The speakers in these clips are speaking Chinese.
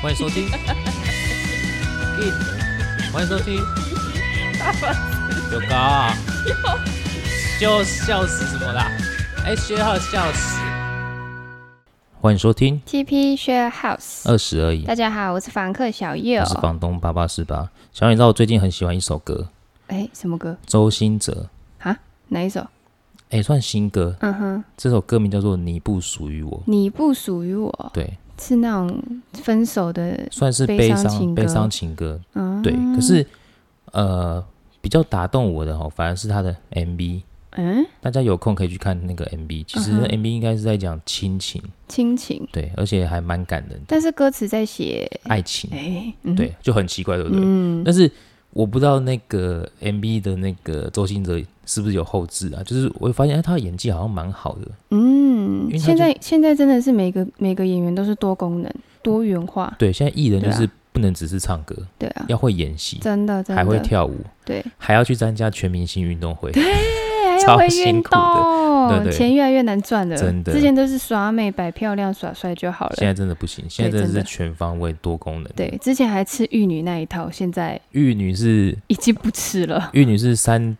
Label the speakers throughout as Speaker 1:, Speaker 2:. Speaker 1: 欢迎收 听。欢迎收听。有高啊！就笑死什么啦？哎，薛浩笑死。欢迎收听
Speaker 2: TP Share House。
Speaker 1: 二十而已，
Speaker 2: 大家好，我是房客小右
Speaker 1: 呃我。是房东八八四八。小野，你知道我最近很喜欢一首歌，
Speaker 2: 哎、什么歌？
Speaker 1: 周兴哲，
Speaker 2: 哪一首？
Speaker 1: 哎，算新歌。
Speaker 2: 嗯哼，
Speaker 1: 这首歌名叫做《你不属于我》，
Speaker 2: 你不属于我，
Speaker 1: 对，
Speaker 2: 是那种分手的。
Speaker 1: 算是
Speaker 2: 悲
Speaker 1: 悲
Speaker 2: 伤
Speaker 1: 伤
Speaker 2: 情歌
Speaker 1: 悲伤情歌。
Speaker 2: 嗯，
Speaker 1: 对，可是呃，比较打动我的哦，反而是他的 MV。
Speaker 2: 嗯，
Speaker 1: 大家有空可以去看那个 MV，其实
Speaker 2: 嗯哼
Speaker 1: MV 应该是在讲亲情，
Speaker 2: 亲情，
Speaker 1: 对，而且还蛮感人的，
Speaker 2: 但是歌词在写，
Speaker 1: 爱情，
Speaker 2: 哎、嗯，
Speaker 1: 对，就很奇怪，对不对？
Speaker 2: 嗯，
Speaker 1: 但是我不知道那个 MV 的那个周星哲是不是有后置啊？就是我会发现，哎，他的演技好像蛮好的，因为
Speaker 2: 嗯，
Speaker 1: 他
Speaker 2: 现
Speaker 1: 就
Speaker 2: 在现在真的是每个每个演员都是多功能、多元化，
Speaker 1: 对，现在艺人就
Speaker 2: 对啊
Speaker 1: 是不能只是唱歌，
Speaker 2: 对啊，
Speaker 1: 要会演戏，
Speaker 2: 真的真的
Speaker 1: 还会，跳舞，
Speaker 2: 对，
Speaker 1: 还要去参加全明星运动会，
Speaker 2: 哎，还
Speaker 1: 超
Speaker 2: 要会
Speaker 1: 辛
Speaker 2: 运
Speaker 1: 苦的
Speaker 2: 动，
Speaker 1: 对对
Speaker 2: 钱越来越难赚了，
Speaker 1: 真的
Speaker 2: 之前都是耍美、摆漂亮、耍帅就好了
Speaker 1: 现，在真的不行，现在真的
Speaker 2: 真
Speaker 1: 是
Speaker 2: 的
Speaker 1: 全方位多功能。
Speaker 2: 对，，之前还吃玉女那一套，现在
Speaker 1: 玉女是
Speaker 2: 已经不吃了。
Speaker 1: 玉女是三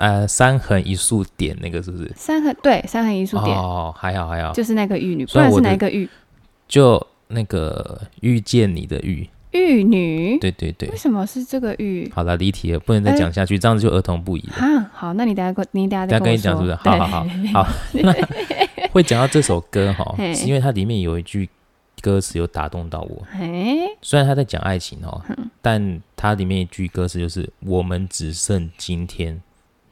Speaker 1: 呃三横一竖点那个是不是？
Speaker 2: 三横对三横艺术点、
Speaker 1: 哦，还好还好，
Speaker 2: 就是那个玉女，不
Speaker 1: 虽然
Speaker 2: 然是
Speaker 1: 我的
Speaker 2: 哪一个玉？
Speaker 1: 就那个遇见你的遇，
Speaker 2: 玉女？
Speaker 1: 对对对
Speaker 2: 为。什么是这个玉？
Speaker 1: 好了，离题了，不能再
Speaker 2: 哎
Speaker 1: 讲下去，这样子就儿童不宜了。
Speaker 2: 哈，好，那你等下跟你等下
Speaker 1: 等下
Speaker 2: 再
Speaker 1: 跟
Speaker 2: 我
Speaker 1: 你讲
Speaker 2: 说，
Speaker 1: 是不是？
Speaker 2: 对
Speaker 1: 好好好 好。那会讲到这首歌哈，
Speaker 2: 嘿
Speaker 1: 是因为它里面有一句歌词有打动到我。
Speaker 2: 哎，
Speaker 1: 虽然他在讲爱情哦，
Speaker 2: 嗯
Speaker 1: 但它里面一句歌词就是“我们只剩今天，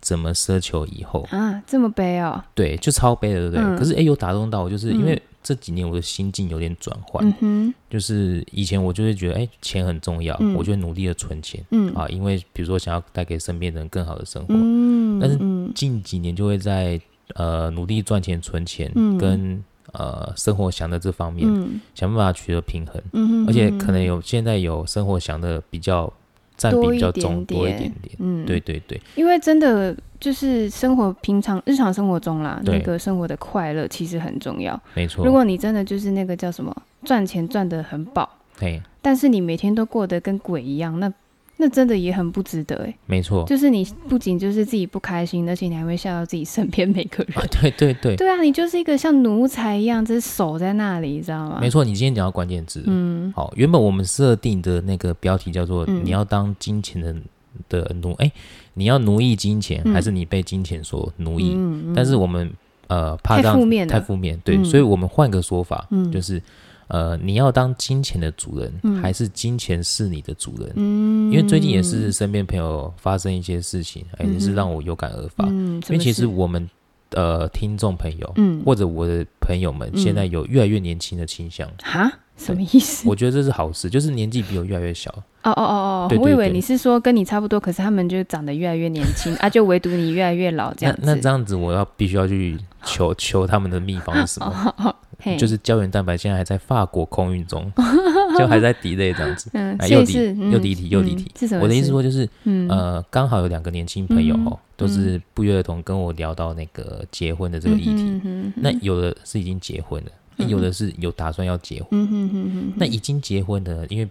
Speaker 1: 怎么奢求以后
Speaker 2: 啊，这么悲哦”。。
Speaker 1: 对，就超悲的，对不对？
Speaker 2: 嗯
Speaker 1: 可是哎，诶有打动到我，就是因为
Speaker 2: 嗯
Speaker 1: 这几年我的心境有点转换，
Speaker 2: 嗯哼，
Speaker 1: 就是以前我就会觉得哎，诶钱很重要，
Speaker 2: 嗯
Speaker 1: 我就会努力的存钱。
Speaker 2: 嗯
Speaker 1: 啊，因为比如说想要带给身边人更好的生活，
Speaker 2: 嗯，
Speaker 1: 但是
Speaker 2: 嗯
Speaker 1: 近几年就会在呃努力赚钱、存钱，
Speaker 2: 嗯
Speaker 1: 跟呃生活享乐这方面、
Speaker 2: 嗯
Speaker 1: 想办法取得平衡，
Speaker 2: 嗯哼，
Speaker 1: 而且可能有现在有生活享乐比较占比
Speaker 2: 多
Speaker 1: 比
Speaker 2: 一
Speaker 1: 较
Speaker 2: 点
Speaker 1: 重多一
Speaker 2: 点
Speaker 1: 点点，
Speaker 2: 嗯，
Speaker 1: 对，对对，
Speaker 2: 因为真的就是生活平常日常生活中啦，
Speaker 1: 对
Speaker 2: 那个生活的快乐其实很重要。
Speaker 1: 没错
Speaker 2: 如。果你真的就是那个叫什么赚钱赚得很饱，
Speaker 1: 嘿，
Speaker 2: 但是你每天都过得跟鬼一样，那那真的也很不值得哎。
Speaker 1: 没错，
Speaker 2: 就是你不仅就是自己不开心，而且你还会吓到自己身边每个人。
Speaker 1: 啊 对对 对，
Speaker 2: 对啊，你就是一个像奴才一样，就是守在那里，你知道吗？
Speaker 1: 没，错。你今天讲到关键字，
Speaker 2: 嗯，
Speaker 1: 好，原本我们设定的那个标题叫做“
Speaker 2: 嗯
Speaker 1: 你要当金钱的的奴”，哎、你要奴役金钱，还
Speaker 2: 嗯
Speaker 1: 是你被金钱所奴役？
Speaker 2: 嗯，嗯
Speaker 1: 但是我们呃怕
Speaker 2: 太
Speaker 1: 这样
Speaker 2: 负面了
Speaker 1: 太负面，对，
Speaker 2: 嗯
Speaker 1: 所以我们换个说法，
Speaker 2: 嗯
Speaker 1: 就是呃，你要当金钱的主人，
Speaker 2: 嗯
Speaker 1: 还是金钱是你的主人？
Speaker 2: 嗯，
Speaker 1: 因为最近也是身边朋友发生一些事情，哎、
Speaker 2: 嗯
Speaker 1: 也是让我有感而发。
Speaker 2: 嗯，
Speaker 1: 因为其实
Speaker 2: 什么事
Speaker 1: 我们呃听众朋友、
Speaker 2: 嗯，
Speaker 1: 或者我的朋友们，
Speaker 2: 嗯
Speaker 1: 现在有越来越年轻的倾向。
Speaker 2: 哈什么意思？
Speaker 1: 我觉得这是好事，就是年纪比我越来越小，
Speaker 2: 哦哦哦
Speaker 1: 对对
Speaker 2: 哦，我以为
Speaker 1: 对
Speaker 2: 你是说跟你差不多，可是他们就长得越来越年轻啊，就唯独你越来越老
Speaker 1: 那
Speaker 2: 这样
Speaker 1: 那这
Speaker 2: 子。
Speaker 1: 样子，我要必须要去求求他们的秘方是什么？
Speaker 2: 哦，嘿
Speaker 1: 就是胶原蛋白现在还在法国空运中， 就还在 delay 这样 子。
Speaker 2: 嗯，
Speaker 1: 哎
Speaker 2: 所
Speaker 1: 又
Speaker 2: 以
Speaker 1: 离
Speaker 2: 是
Speaker 1: 又离题又离题
Speaker 2: 嗯是什么？
Speaker 1: 我的意思，说就是，
Speaker 2: 嗯，
Speaker 1: 呃，刚好有两个年轻朋友
Speaker 2: 嗯
Speaker 1: 哦，都是不约而同跟我聊到那个结婚的这
Speaker 2: 嗯
Speaker 1: 个
Speaker 2: 哼
Speaker 1: 议题。
Speaker 2: 嗯哼
Speaker 1: 那有的是已经结婚了，那有的是有打算要结婚。
Speaker 2: 嗯哼哼哼，
Speaker 1: 那已经结婚的，因为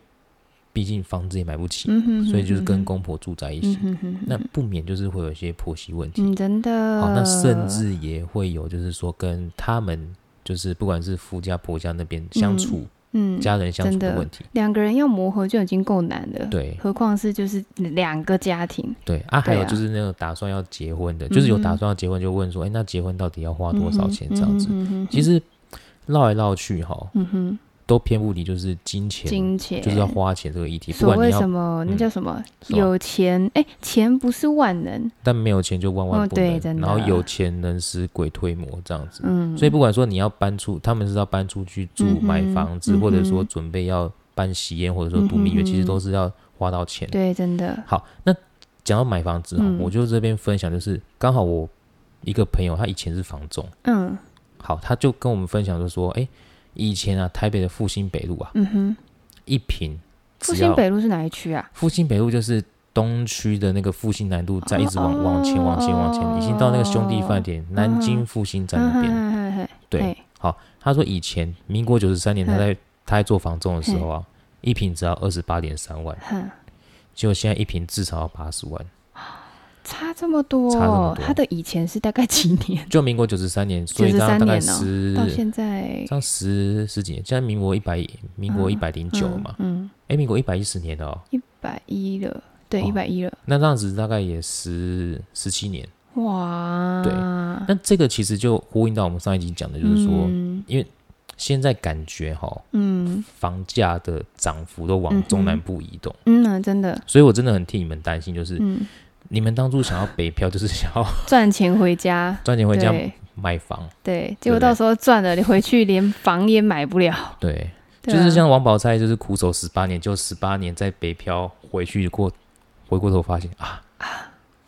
Speaker 1: 毕竟房子也买不起，
Speaker 2: 嗯哼，
Speaker 1: 所以就是跟
Speaker 2: 公，
Speaker 1: 公婆住在一
Speaker 2: 嗯
Speaker 1: 起，
Speaker 2: 哼哼哼，
Speaker 1: 那不免就是会有一些婆媳问题。
Speaker 2: 嗯，真的，
Speaker 1: 好，那甚至也会有，就是说跟他们，就是不管是夫家婆家那边相处，
Speaker 2: 嗯，
Speaker 1: 家人相处
Speaker 2: 真
Speaker 1: 的
Speaker 2: 的
Speaker 1: 问题，
Speaker 2: 两个人要磨合就已经够难了，，
Speaker 1: 对
Speaker 2: 何况是就是两个家庭，
Speaker 1: 对啊，还有
Speaker 2: 对啊
Speaker 1: 就是那种打算要结婚的，就是有
Speaker 2: 嗯哼
Speaker 1: 打算要结婚就问说，哎、那结婚到底要花多少钱这样子？
Speaker 2: 嗯哼，
Speaker 1: 其实绕来绕去哈，
Speaker 2: 嗯哼，嗯
Speaker 1: 都偏不离就是金
Speaker 2: 哼，
Speaker 1: 钱，
Speaker 2: 金钱
Speaker 1: 就是要。花钱这个议题，不
Speaker 2: 所
Speaker 1: 管
Speaker 2: 谓
Speaker 1: 你要
Speaker 2: 什，么，那
Speaker 1: 嗯
Speaker 2: 叫什么？
Speaker 1: 什么
Speaker 2: 有钱，哎，钱不是万能，
Speaker 1: 但没有钱就万万
Speaker 2: 哦
Speaker 1: 不能，
Speaker 2: 对真的
Speaker 1: 然后有钱能使鬼推磨这样子。
Speaker 2: 嗯，
Speaker 1: 所以不管说你要搬出，他们是要搬出去住、
Speaker 2: 嗯哼
Speaker 1: 买房子，
Speaker 2: 嗯哼
Speaker 1: 或者说准备要办喜宴，或者说度蜜月，
Speaker 2: 嗯哼
Speaker 1: 其实都是要花到钱。
Speaker 2: 对，真的，
Speaker 1: 好，那讲到买房子啊，
Speaker 2: 嗯
Speaker 1: 我就这边分享，就是刚好我一个朋友，他以前是房仲，
Speaker 2: 嗯
Speaker 1: 好，他就跟我们分享就说，哎、以前啊，台北的复兴北路啊，
Speaker 2: 嗯哼，
Speaker 1: 一平
Speaker 2: 复
Speaker 1: 只
Speaker 2: 兴
Speaker 1: 要
Speaker 2: 北路是哪一区啊？
Speaker 1: 复兴北路就是东区的那个复兴南路，再一直往、
Speaker 2: 哦
Speaker 1: 往前往前往前，已经到那个兄弟饭店、南京复兴站那
Speaker 2: 嗯
Speaker 1: 边。
Speaker 2: 嗯，嘿嘿嘿嘿
Speaker 1: 对
Speaker 2: 嘿嗯
Speaker 1: 好，他说以前民国九十三年他在他在做房仲的时候啊，一瓶只要二十八点三万，
Speaker 2: 哼，
Speaker 1: 结果现在一瓶至少要八十万。
Speaker 2: 差这么多，
Speaker 1: 差这么多
Speaker 2: 他的以前是大概几年？
Speaker 1: 就民国九十三年，所以这样
Speaker 2: 93
Speaker 1: 大概
Speaker 2: 年哦
Speaker 1: 十，
Speaker 2: 到现在
Speaker 1: 这样十十几年，现在民国一百，民国一百零九嘛，
Speaker 2: 嗯，
Speaker 1: 哎、民国一百一十年了哦，
Speaker 2: 一百一了，对，
Speaker 1: 哦
Speaker 2: 一百一了，
Speaker 1: 那这样子大概也十十七年。
Speaker 2: 哇，
Speaker 1: 对那这个其实就呼应到我们上一集讲的，就是说，
Speaker 2: 嗯
Speaker 1: 因为现在感觉哈，
Speaker 2: 嗯
Speaker 1: 房价的涨幅都往中南部移动，
Speaker 2: 嗯啊，真的，
Speaker 1: 所以我真的很替你们担心，就是、
Speaker 2: 嗯，
Speaker 1: 你们当初想要北漂，就是想要
Speaker 2: 赚钱回家，
Speaker 1: 赚钱回家
Speaker 2: 对
Speaker 1: 买房，
Speaker 2: 对，结果到时候赚了，你回去连房也买不了，
Speaker 1: 对，
Speaker 2: 对
Speaker 1: 就
Speaker 2: 啊
Speaker 1: 是像王宝钗，就是苦守十八年，就十八年在北漂，回去过，回过头发现啊，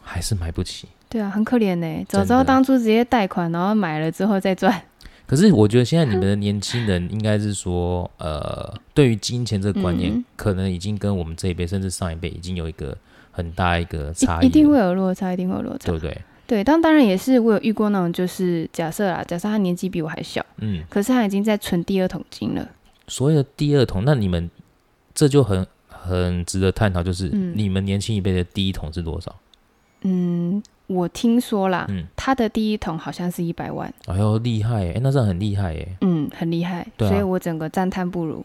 Speaker 1: 还是买不起。
Speaker 2: 对啊，很可怜呢，
Speaker 1: 真的
Speaker 2: 早知道当初直接贷款，然后买了之后再赚，
Speaker 1: 可是我觉得现在你们的年轻人应该是说，呃，对于金钱这个观念，
Speaker 2: 嗯
Speaker 1: 可能已经跟我们这一辈甚至上一辈已经有一个很大一个差
Speaker 2: 一
Speaker 1: 异，
Speaker 2: 一定会，有落差，一定会有落差
Speaker 1: 对，不对？
Speaker 2: 对，但当然也是我有遇过那种，就是假设啦，假设他年纪比我还小，
Speaker 1: 嗯，
Speaker 2: 可是他已经在存第二桶金了，
Speaker 1: 所谓的第二桶，那你们这就很很值得探讨，就是
Speaker 2: 嗯
Speaker 1: 你们年轻一辈的第一桶是多少？
Speaker 2: 嗯，我听说啦，
Speaker 1: 嗯
Speaker 2: 他的第一桶好像是一百万，
Speaker 1: 哎呦，厉害耶！哎，那是很厉害耶。
Speaker 2: 嗯，很厉害，
Speaker 1: 对啊
Speaker 2: 所以我整个赞叹不如。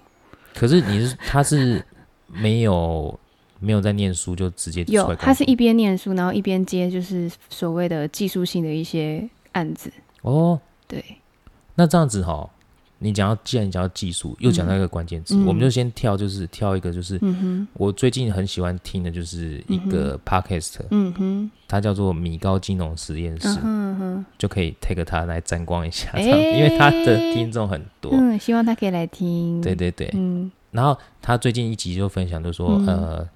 Speaker 1: 可是你是他是没有没有在念书就直接出
Speaker 2: 有，
Speaker 1: 来工作
Speaker 2: 他是一边念书，然后一边接就是所谓的技术性的一些案子，
Speaker 1: 哦，
Speaker 2: 对，
Speaker 1: 那这样子哈，你讲到既然你讲到技术，又讲到一个关键词，
Speaker 2: 嗯
Speaker 1: 我们就先跳就是跳一个就是、
Speaker 2: 嗯哼，
Speaker 1: 我最近很喜欢听的就是一个 podcast，、
Speaker 2: 嗯哼，
Speaker 1: 它叫做米高金融实验室，
Speaker 2: 嗯哼嗯哼，
Speaker 1: 就可以 take 它来沾光一下，
Speaker 2: 哎
Speaker 1: 这样因为它的听众很多。
Speaker 2: 嗯，希望他可以来听，
Speaker 1: 对，对对，
Speaker 2: 嗯
Speaker 1: 然后他最近一集就分享，就说、
Speaker 2: 嗯
Speaker 1: 呃，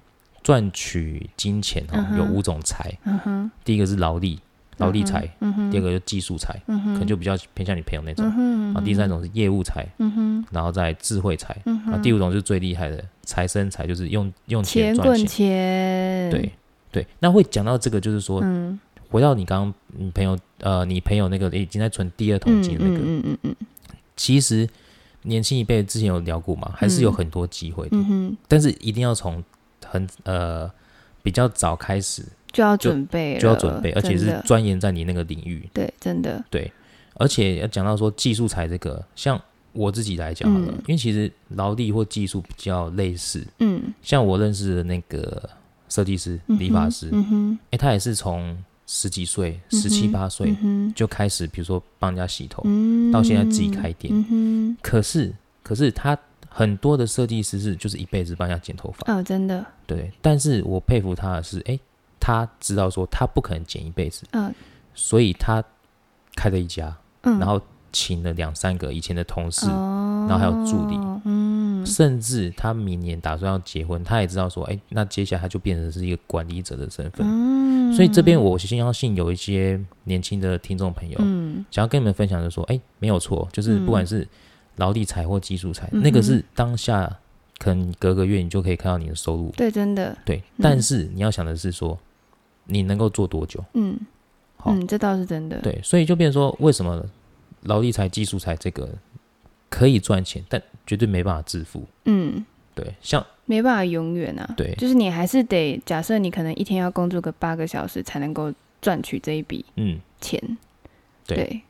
Speaker 1: 赚取金钱
Speaker 2: 嗯
Speaker 1: 哦，
Speaker 2: 哼
Speaker 1: 有五种财，
Speaker 2: 嗯哼，
Speaker 1: 第一个是劳力，劳力财，
Speaker 2: 嗯哼，
Speaker 1: 第二个就技术财，
Speaker 2: 嗯哼，
Speaker 1: 可能就比较偏向你朋友那种。
Speaker 2: 嗯哼，
Speaker 1: 然
Speaker 2: 嗯
Speaker 1: 后
Speaker 2: 哼，
Speaker 1: 啊第三种是业务财，
Speaker 2: 嗯哼，
Speaker 1: 然后再智慧财，
Speaker 2: 嗯
Speaker 1: 然后
Speaker 2: 哼，
Speaker 1: 第五种就是最厉害的财生财，就是用用钱
Speaker 2: 钱
Speaker 1: 赚
Speaker 2: 滚
Speaker 1: 钱。
Speaker 2: 钱，，
Speaker 1: 对对，那会讲到这个，就是说
Speaker 2: 嗯，
Speaker 1: 回到你刚刚你朋友呃，你朋友那个已经在存第二桶
Speaker 2: 嗯
Speaker 1: 金
Speaker 2: 嗯
Speaker 1: 那个，
Speaker 2: 嗯嗯嗯嗯
Speaker 1: 其实年轻一辈之前有聊过嘛，还是有很多机会的，
Speaker 2: 嗯哼，
Speaker 1: 但是一定要从很呃比较早开始
Speaker 2: 就要准备了，
Speaker 1: 就要准备，而且
Speaker 2: 真
Speaker 1: 是
Speaker 2: 的
Speaker 1: 钻研在你那个领域。
Speaker 2: 对，真的，
Speaker 1: 而且要讲到说技术财这个，像我自己来讲好了，
Speaker 2: 嗯
Speaker 1: 因为其实劳力或技术比较类似，
Speaker 2: 嗯，
Speaker 1: 像我认识的那个设计师、
Speaker 2: 嗯哼
Speaker 1: 理发师，诶，
Speaker 2: 嗯哼，
Speaker 1: 他也是从十几岁、
Speaker 2: 嗯哼
Speaker 1: 十七八岁
Speaker 2: 嗯哼，
Speaker 1: 就开始，比如说帮人家洗头，
Speaker 2: 嗯，
Speaker 1: 到现在自己开店。
Speaker 2: 嗯
Speaker 1: 可是，可是他很多的设计师是就是一辈子帮人家剪头发，
Speaker 2: 哼，哦，真的，
Speaker 1: 对。但是我佩服他的是，诶，他知道说他不可能剪一辈子，
Speaker 2: 嗯
Speaker 1: 所以他开了一家，
Speaker 2: 嗯，
Speaker 1: 然后请了两三个以前的同事。
Speaker 2: 哦，
Speaker 1: 然后还有助理
Speaker 2: 嗯，
Speaker 1: 甚至他明年打算要结婚，他也知道说，哎、那接下来他就变成是一个管理者的身份。
Speaker 2: 嗯，
Speaker 1: 所以这边我相信有一些年轻的听众朋友、
Speaker 2: 嗯，
Speaker 1: 想要跟你们分享的说，哎、没有错，就是
Speaker 2: 嗯
Speaker 1: 不管是劳力财或技术财，
Speaker 2: 嗯哼
Speaker 1: 那个是当下可能隔个月你就可以看到你的收入，
Speaker 2: 对，真的，
Speaker 1: 对。但是你要想的是说，你能够做多久？
Speaker 2: 嗯，
Speaker 1: 好，
Speaker 2: 嗯，这倒是真的，，
Speaker 1: 对，所以就变成说，为什么劳力财、技术财这个可以赚钱，但绝对没办法致富？
Speaker 2: 嗯，
Speaker 1: 对，像
Speaker 2: 没办法永远啊，
Speaker 1: 对
Speaker 2: 就是你还是得假设你可能一天要工作个八个小时才能够赚取这一笔
Speaker 1: 嗯。
Speaker 2: 钱，
Speaker 1: 对
Speaker 2: 对，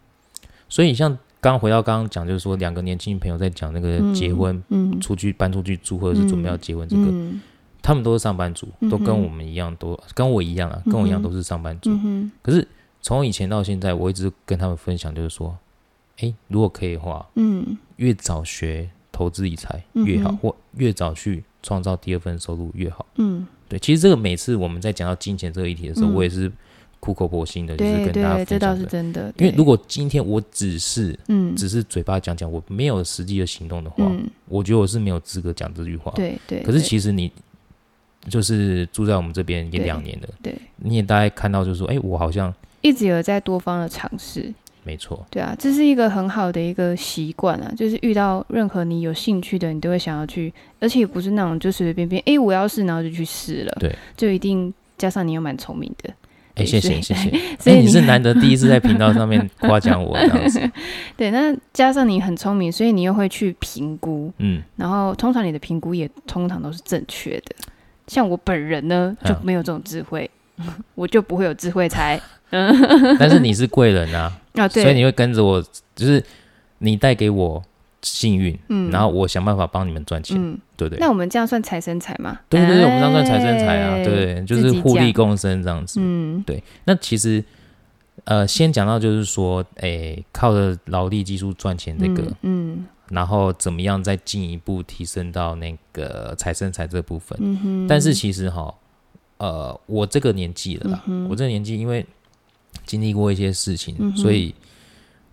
Speaker 1: 所以像刚回到刚刚讲，就是说两个年轻朋友在讲那个
Speaker 2: 嗯
Speaker 1: 呃结婚、
Speaker 2: 嗯，
Speaker 1: 出去搬出去住，或者是准备要结婚这个，
Speaker 2: 嗯
Speaker 1: 他们都是上班族，
Speaker 2: 嗯哼
Speaker 1: 都跟我们一样，都跟我一样啊，跟我一样
Speaker 2: 嗯哼
Speaker 1: 都是上班族。
Speaker 2: 嗯哼，
Speaker 1: 可是从以前到现在，我一直跟他们分享，就是说，诶，如果可以的话，
Speaker 2: 嗯
Speaker 1: 越早学投资理财
Speaker 2: 嗯哼
Speaker 1: 越好，或越早去创造第二份收入越好。
Speaker 2: 嗯，
Speaker 1: 对，其实这个每次我们在讲到金钱这个议题的时候，
Speaker 2: 嗯
Speaker 1: 我也是苦口婆心的，就是
Speaker 2: 对
Speaker 1: 跟大家
Speaker 2: 对，这
Speaker 1: 分
Speaker 2: 倒
Speaker 1: 享
Speaker 2: 是
Speaker 1: 的。
Speaker 2: 真的，
Speaker 1: 因为
Speaker 2: 对
Speaker 1: 如果今天我只是
Speaker 2: 嗯
Speaker 1: 只是嘴巴讲讲，我没有实际的行动的话，
Speaker 2: 嗯，
Speaker 1: 我觉得我是没有资格讲这句话。，
Speaker 2: 对对，
Speaker 1: 可是
Speaker 2: 对
Speaker 1: 其实你就是住在我们这边也两年了，
Speaker 2: 对
Speaker 1: 你也大概看到，就是说，哎、我好像
Speaker 2: 一直有在多方的尝试，
Speaker 1: 没错，
Speaker 2: 对啊，这是一个很好的一个习惯啊，就是遇到任何你有兴趣的，你都会想要去，而且也不是那种就随随便便，诶，我要试，然后就去试了，
Speaker 1: 对，
Speaker 2: 就一定加上你又蛮聪明的，
Speaker 1: 哎、哎、
Speaker 2: 对，
Speaker 1: 谢
Speaker 2: 所
Speaker 1: 谢
Speaker 2: 以
Speaker 1: 谢谢。
Speaker 2: 所
Speaker 1: 哎
Speaker 2: 以
Speaker 1: 你
Speaker 2: 你
Speaker 1: 是难得第一次在频道上面夸奖我这样子，
Speaker 2: 对，那加上你很聪明，所以你又会去评估，
Speaker 1: 嗯，
Speaker 2: 然后通常你的评估也通常都是正确的。像我本人呢，就
Speaker 1: 嗯
Speaker 2: 没有这种智慧， 我就不会有智慧财
Speaker 1: 但是你是贵人啊，
Speaker 2: 啊。
Speaker 1: 所以
Speaker 2: 对，
Speaker 1: 你会跟着我，就是你带给我幸运，
Speaker 2: 嗯
Speaker 1: 然后我想办法帮你们赚钱，
Speaker 2: 嗯，
Speaker 1: 对不对
Speaker 2: 那？我们这样算财生财吗？
Speaker 1: 对对对，我们这样算财生财啊，
Speaker 2: 哎
Speaker 1: 对不对？就
Speaker 2: 自
Speaker 1: 是
Speaker 2: 己
Speaker 1: 互利
Speaker 2: 讲
Speaker 1: 共生这样子。
Speaker 2: 嗯
Speaker 1: 那其实，呃，先讲到就是说，哎，靠着劳力技术赚钱这个，
Speaker 2: 嗯
Speaker 1: 然后怎么样再进一步提升到那个财生财这部分。
Speaker 2: 嗯哼，
Speaker 1: 但是其实哈，呃，我这个年纪了啦，我这个年纪因为经历过一些事情，
Speaker 2: 嗯嗯哼
Speaker 1: 所以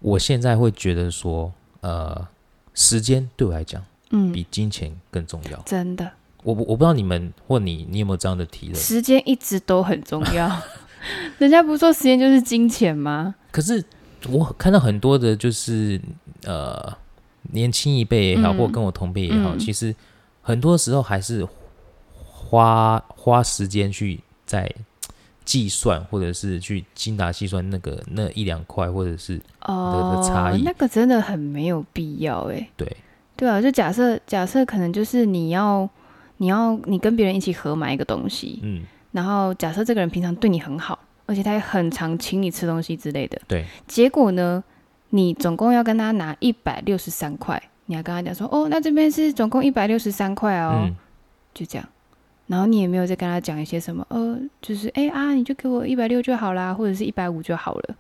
Speaker 1: 我现在会觉得说，呃，时间对我来讲
Speaker 2: 嗯，
Speaker 1: 比金钱更重要。
Speaker 2: 真的，
Speaker 1: 我不我不知道你们或你你有没有这样的体认，
Speaker 2: 时间一直都很重要。 人家不是说时间就是金钱吗？
Speaker 1: 可是我看到很多的，就是呃，年轻一辈也好，
Speaker 2: 嗯
Speaker 1: 或跟我同辈也好，
Speaker 2: 嗯
Speaker 1: 其实很多时候还是花花时间去在计算，或者是去精打细算那个那一两块，或者是
Speaker 2: 哦，
Speaker 1: 差异
Speaker 2: 那个真的很没有必要哎、
Speaker 1: 对
Speaker 2: 对啊，就假设假设可能就是你要你要你跟别人一起合买一个东西，
Speaker 1: 嗯，
Speaker 2: 然后假设这个人平常对你很好，而且他也很常请你吃东西之类的，
Speaker 1: 对，
Speaker 2: 结果呢，你总共要跟他拿一百六十三块，你要跟他讲说哦，那这边是总共一百六十三块哦，
Speaker 1: 嗯，
Speaker 2: 就这样。然后你也没有再跟他讲一些什么，呃，就是哎啊，你就给我一百六就好啦，或者是一百五就好了。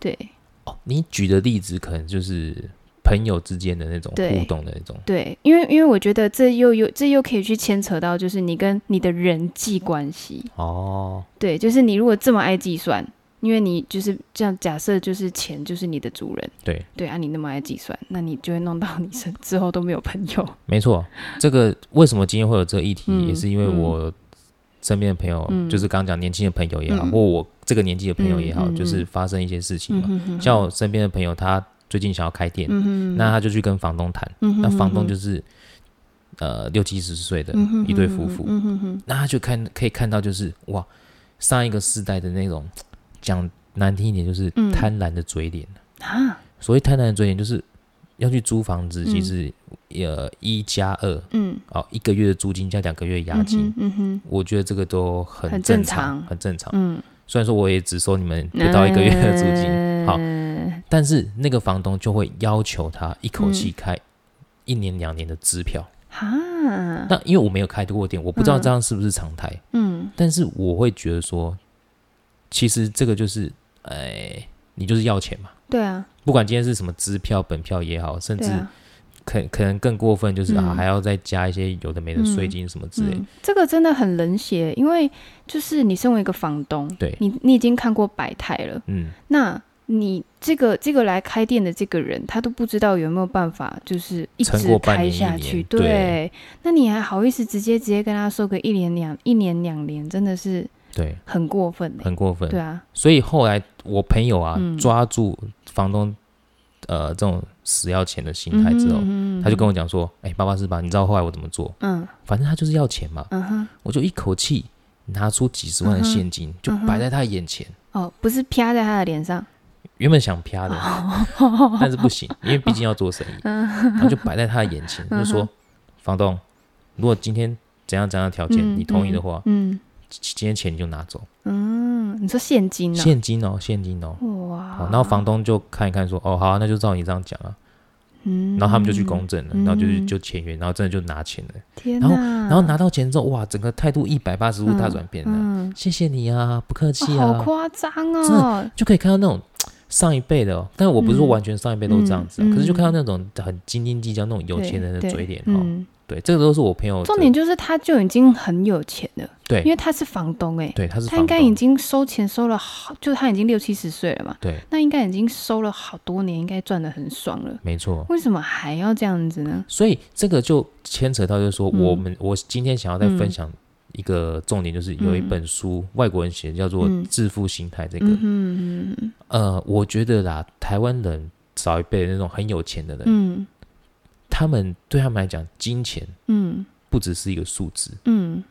Speaker 2: 对
Speaker 1: 哦，你举的例子可能就是朋友之间的那种
Speaker 2: 对
Speaker 1: 互动的那种，
Speaker 2: 对，因为因为我觉得这又又这又可以去牵扯到，就是你跟你的人际关系。
Speaker 1: 哦，
Speaker 2: 对，就是你如果这么爱计算，因为你就是这样假设，就是钱就是你的主人，
Speaker 1: 对，
Speaker 2: 对啊，你那么爱计算，那你就会弄到你身之后都没有朋 友。
Speaker 1: 没错，这个为什么今天会有这个议题，
Speaker 2: 嗯
Speaker 1: 也是因为
Speaker 2: 嗯
Speaker 1: 我身边的朋友，
Speaker 2: 嗯
Speaker 1: 就是刚刚讲年轻的朋友也好，
Speaker 2: 嗯嗯
Speaker 1: 或我这个年纪的朋友也好，
Speaker 2: 嗯嗯嗯
Speaker 1: 就是发生一些事情
Speaker 2: 嗯
Speaker 1: 嘛。
Speaker 2: 哼哼，
Speaker 1: 像我身边的朋友，他最近想要开店，
Speaker 2: 嗯哼，
Speaker 1: 那他就去跟房东谈，
Speaker 2: 嗯哼
Speaker 1: 那房东
Speaker 2: 哼
Speaker 1: 就是呃六七十岁的
Speaker 2: 嗯哼
Speaker 1: 一对
Speaker 2: 哼
Speaker 1: 夫
Speaker 2: 哼
Speaker 1: 妇，
Speaker 2: 嗯哼哼，
Speaker 1: 那他就看可以看到就是哇，上一个世代的那种讲难听一点就是
Speaker 2: 嗯
Speaker 1: 贪婪的嘴脸。
Speaker 2: 啊，
Speaker 1: 所谓贪婪的嘴脸，就是要去租房子，
Speaker 2: 嗯
Speaker 1: 其实、呃一加二。
Speaker 2: 嗯，
Speaker 1: 哦，一个月的租金加两个月的押金，
Speaker 2: 嗯哼，
Speaker 1: 我觉得这个都很
Speaker 2: 很
Speaker 1: 正
Speaker 2: 正常
Speaker 1: 很正常。
Speaker 2: 嗯
Speaker 1: 虽然说我也只收你们不
Speaker 2: 哼，
Speaker 1: 到一个月的租金，好
Speaker 2: 嗯
Speaker 1: 但是那个房东就会要求他一口气开一年两年的支票。
Speaker 2: 哈，
Speaker 1: 那因为我没有开过店，我不知道
Speaker 2: 嗯
Speaker 1: 这样是不是常态，
Speaker 2: 嗯
Speaker 1: 但是我会觉得说，其实这个就是，哎，你就是要钱嘛。
Speaker 2: 对啊，
Speaker 1: 不管今天是什么支票、本票也好，甚
Speaker 2: 对
Speaker 1: 至
Speaker 2: 啊，
Speaker 1: 可可能更过分，就是、啊
Speaker 2: 嗯
Speaker 1: 还要再加一些有的没的税金什么之类的
Speaker 2: 嗯，这个真的很冷血，因为就是你身为一个房东，
Speaker 1: 对
Speaker 2: 你你已经看过百态了，
Speaker 1: 嗯，
Speaker 2: 那你这个这个来开店的这个人，他都不知道有没有办法，就是一
Speaker 1: 撑
Speaker 2: 直
Speaker 1: 过半
Speaker 2: 开
Speaker 1: 年一
Speaker 2: 下
Speaker 1: 年
Speaker 2: 去。
Speaker 1: 对
Speaker 2: 那你还好意思直接直接跟他说个一年两一年两年，真的是
Speaker 1: 对，
Speaker 2: 很过分欸
Speaker 1: 很过分。
Speaker 2: 对啊，
Speaker 1: 所以后来我朋友啊、
Speaker 2: 嗯
Speaker 1: 抓住房东呃这种死要钱的心态之后，
Speaker 2: 嗯
Speaker 1: 他就跟
Speaker 2: 我
Speaker 1: 我讲说：“哎、八八四八，你知道后来我怎么做？
Speaker 2: 嗯
Speaker 1: 反正他就是要钱嘛，
Speaker 2: 嗯哼
Speaker 1: 我就一口气拿出几十万的现
Speaker 2: 嗯
Speaker 1: 金，就摆在他眼前。
Speaker 2: 哦，不是啪在他的脸上，
Speaker 1: 原本想啪的，
Speaker 2: 哦
Speaker 1: 但是不行，因为毕竟要做生意，
Speaker 2: 嗯
Speaker 1: 然后就摆在他的眼前，就说：房东，如果今天怎样怎样的条件、
Speaker 2: 嗯
Speaker 1: 你同意的话，
Speaker 2: 嗯
Speaker 1: 今天钱你就拿走，
Speaker 2: 嗯，你说现金呢、
Speaker 1: 现金哦，现金哦。”
Speaker 2: 哇
Speaker 1: 好，，然后房东就看一看说，哦，好啊、那就照你这样讲啊。
Speaker 2: 嗯
Speaker 1: 然后他们就去公证了，
Speaker 2: 嗯
Speaker 1: 然后就是就签约，然后真的就拿钱了。
Speaker 2: 天
Speaker 1: 然后
Speaker 2: 哪
Speaker 1: 然后拿到钱之后，哇，整个态度一百八十度大转变了。
Speaker 2: 嗯，
Speaker 1: 谢谢你啊，不客气
Speaker 2: 哦好
Speaker 1: 啊，
Speaker 2: 夸张
Speaker 1: 真
Speaker 2: 哦，
Speaker 1: 就可以看到那种上一辈的哦，但我不是说完全上一辈都这样子啊，
Speaker 2: 嗯嗯嗯
Speaker 1: 可是就看到那种很斤斤计较那种有钱人的
Speaker 2: 对
Speaker 1: 嘴脸
Speaker 2: 对
Speaker 1: 哦。
Speaker 2: 嗯
Speaker 1: 对，这个都是我朋友的
Speaker 2: 重点就是他就已经很有钱了，
Speaker 1: 对
Speaker 2: 因为他是房东哎、
Speaker 1: 对，他是
Speaker 2: 他
Speaker 1: 房
Speaker 2: 应该已
Speaker 1: 东，
Speaker 2: 经收钱收了好，就他已经六七十岁了嘛，
Speaker 1: 对，
Speaker 2: 那应该已经收了好多年，应该赚的很爽了，
Speaker 1: 没错。
Speaker 2: 为什么还要这样子呢？
Speaker 1: 所以这个就牵扯到，就是说
Speaker 2: 嗯
Speaker 1: 我们、我今天想要再
Speaker 2: 嗯
Speaker 1: 分享一个重点，就是有一本书、外国人写的叫做
Speaker 2: 嗯
Speaker 1: 《致富心态》这个，
Speaker 2: 嗯嗯
Speaker 1: 呃，我觉得啦，台湾人少一辈的那种很有钱的人，
Speaker 2: 嗯
Speaker 1: 他们对他们来讲，金钱
Speaker 2: 嗯
Speaker 1: 不只是一个数字，
Speaker 2: 嗯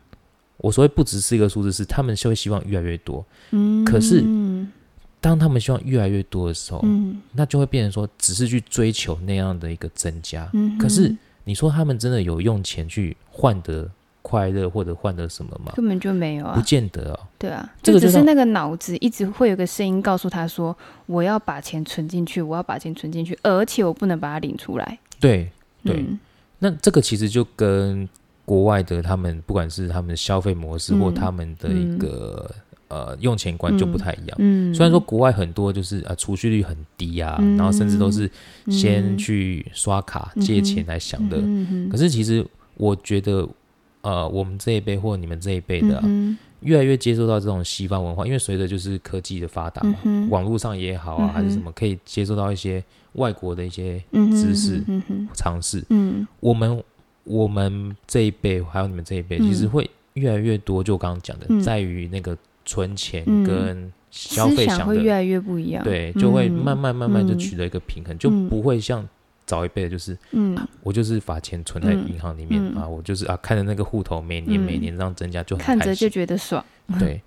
Speaker 1: 我所谓不只是一个数字，是他们就会希望越来越多。
Speaker 2: 嗯，
Speaker 1: 可是哦
Speaker 2: 嗯
Speaker 1: 当他们希望越来越多的时候，
Speaker 2: 嗯
Speaker 1: 那就会变成说，只是去追求那样的一个增加。
Speaker 2: 嗯，
Speaker 1: 可是你说他们真的有用钱去换得快乐或者换得什么吗？
Speaker 2: 根本就没有
Speaker 1: 不
Speaker 2: 啊，
Speaker 1: 见得哦。
Speaker 2: 对啊，
Speaker 1: 这
Speaker 2: 就
Speaker 1: 个
Speaker 2: 只
Speaker 1: 就是像
Speaker 2: 那个脑子一直会有个声音告诉他说，我要把钱存进去，我要把钱存进去，而且我不能把它领出来。
Speaker 1: 对，对
Speaker 2: 嗯
Speaker 1: 那这个其实就跟国外的他们，不管是他们的消费模式或
Speaker 2: 嗯
Speaker 1: 他们的一个、呃用钱观就不太一样。
Speaker 2: 嗯，
Speaker 1: 虽然说国外很多就是啊储蓄率很低啊，
Speaker 2: 嗯
Speaker 1: 然后甚至都是先
Speaker 2: 嗯
Speaker 1: 去刷卡、
Speaker 2: 嗯哼
Speaker 1: 借钱来想的，
Speaker 2: 嗯
Speaker 1: 可是其实我觉得。呃，我们这一辈或你们这一辈
Speaker 2: 哼
Speaker 1: 的啊、
Speaker 2: 嗯
Speaker 1: 越来越接受到这种西方文化，因为随着就是科技的发达
Speaker 2: 哼
Speaker 1: 嘛，
Speaker 2: 嗯哼
Speaker 1: 网络上也好啊，
Speaker 2: 嗯哼
Speaker 1: 还是什么，可以接受到一些外国的一些
Speaker 2: 嗯哼
Speaker 1: 知识
Speaker 2: 嗯哼
Speaker 1: 尝试。
Speaker 2: 嗯
Speaker 1: 我们我们这一辈，还有你们这一辈，
Speaker 2: 嗯
Speaker 1: 其实会越来越多。就我刚刚讲的，
Speaker 2: 嗯
Speaker 1: 在于那个存钱
Speaker 2: 嗯
Speaker 1: 跟消
Speaker 2: 思
Speaker 1: 费
Speaker 2: 想
Speaker 1: 想
Speaker 2: 会越
Speaker 1: 的，
Speaker 2: 来越不一样，
Speaker 1: 对，就会
Speaker 2: 嗯
Speaker 1: 慢慢慢慢就
Speaker 2: 嗯
Speaker 1: 取得一个平衡，就
Speaker 2: 嗯
Speaker 1: 不会像早一辈的，就是
Speaker 2: 嗯
Speaker 1: 我就是把钱存在银行里面
Speaker 2: 嗯嗯
Speaker 1: 啊，我就是啊看着那个户头每年
Speaker 2: 嗯
Speaker 1: 每年这样增加，就很
Speaker 2: 看
Speaker 1: 开
Speaker 2: 着就
Speaker 1: 心。
Speaker 2: 觉得爽。
Speaker 1: 对，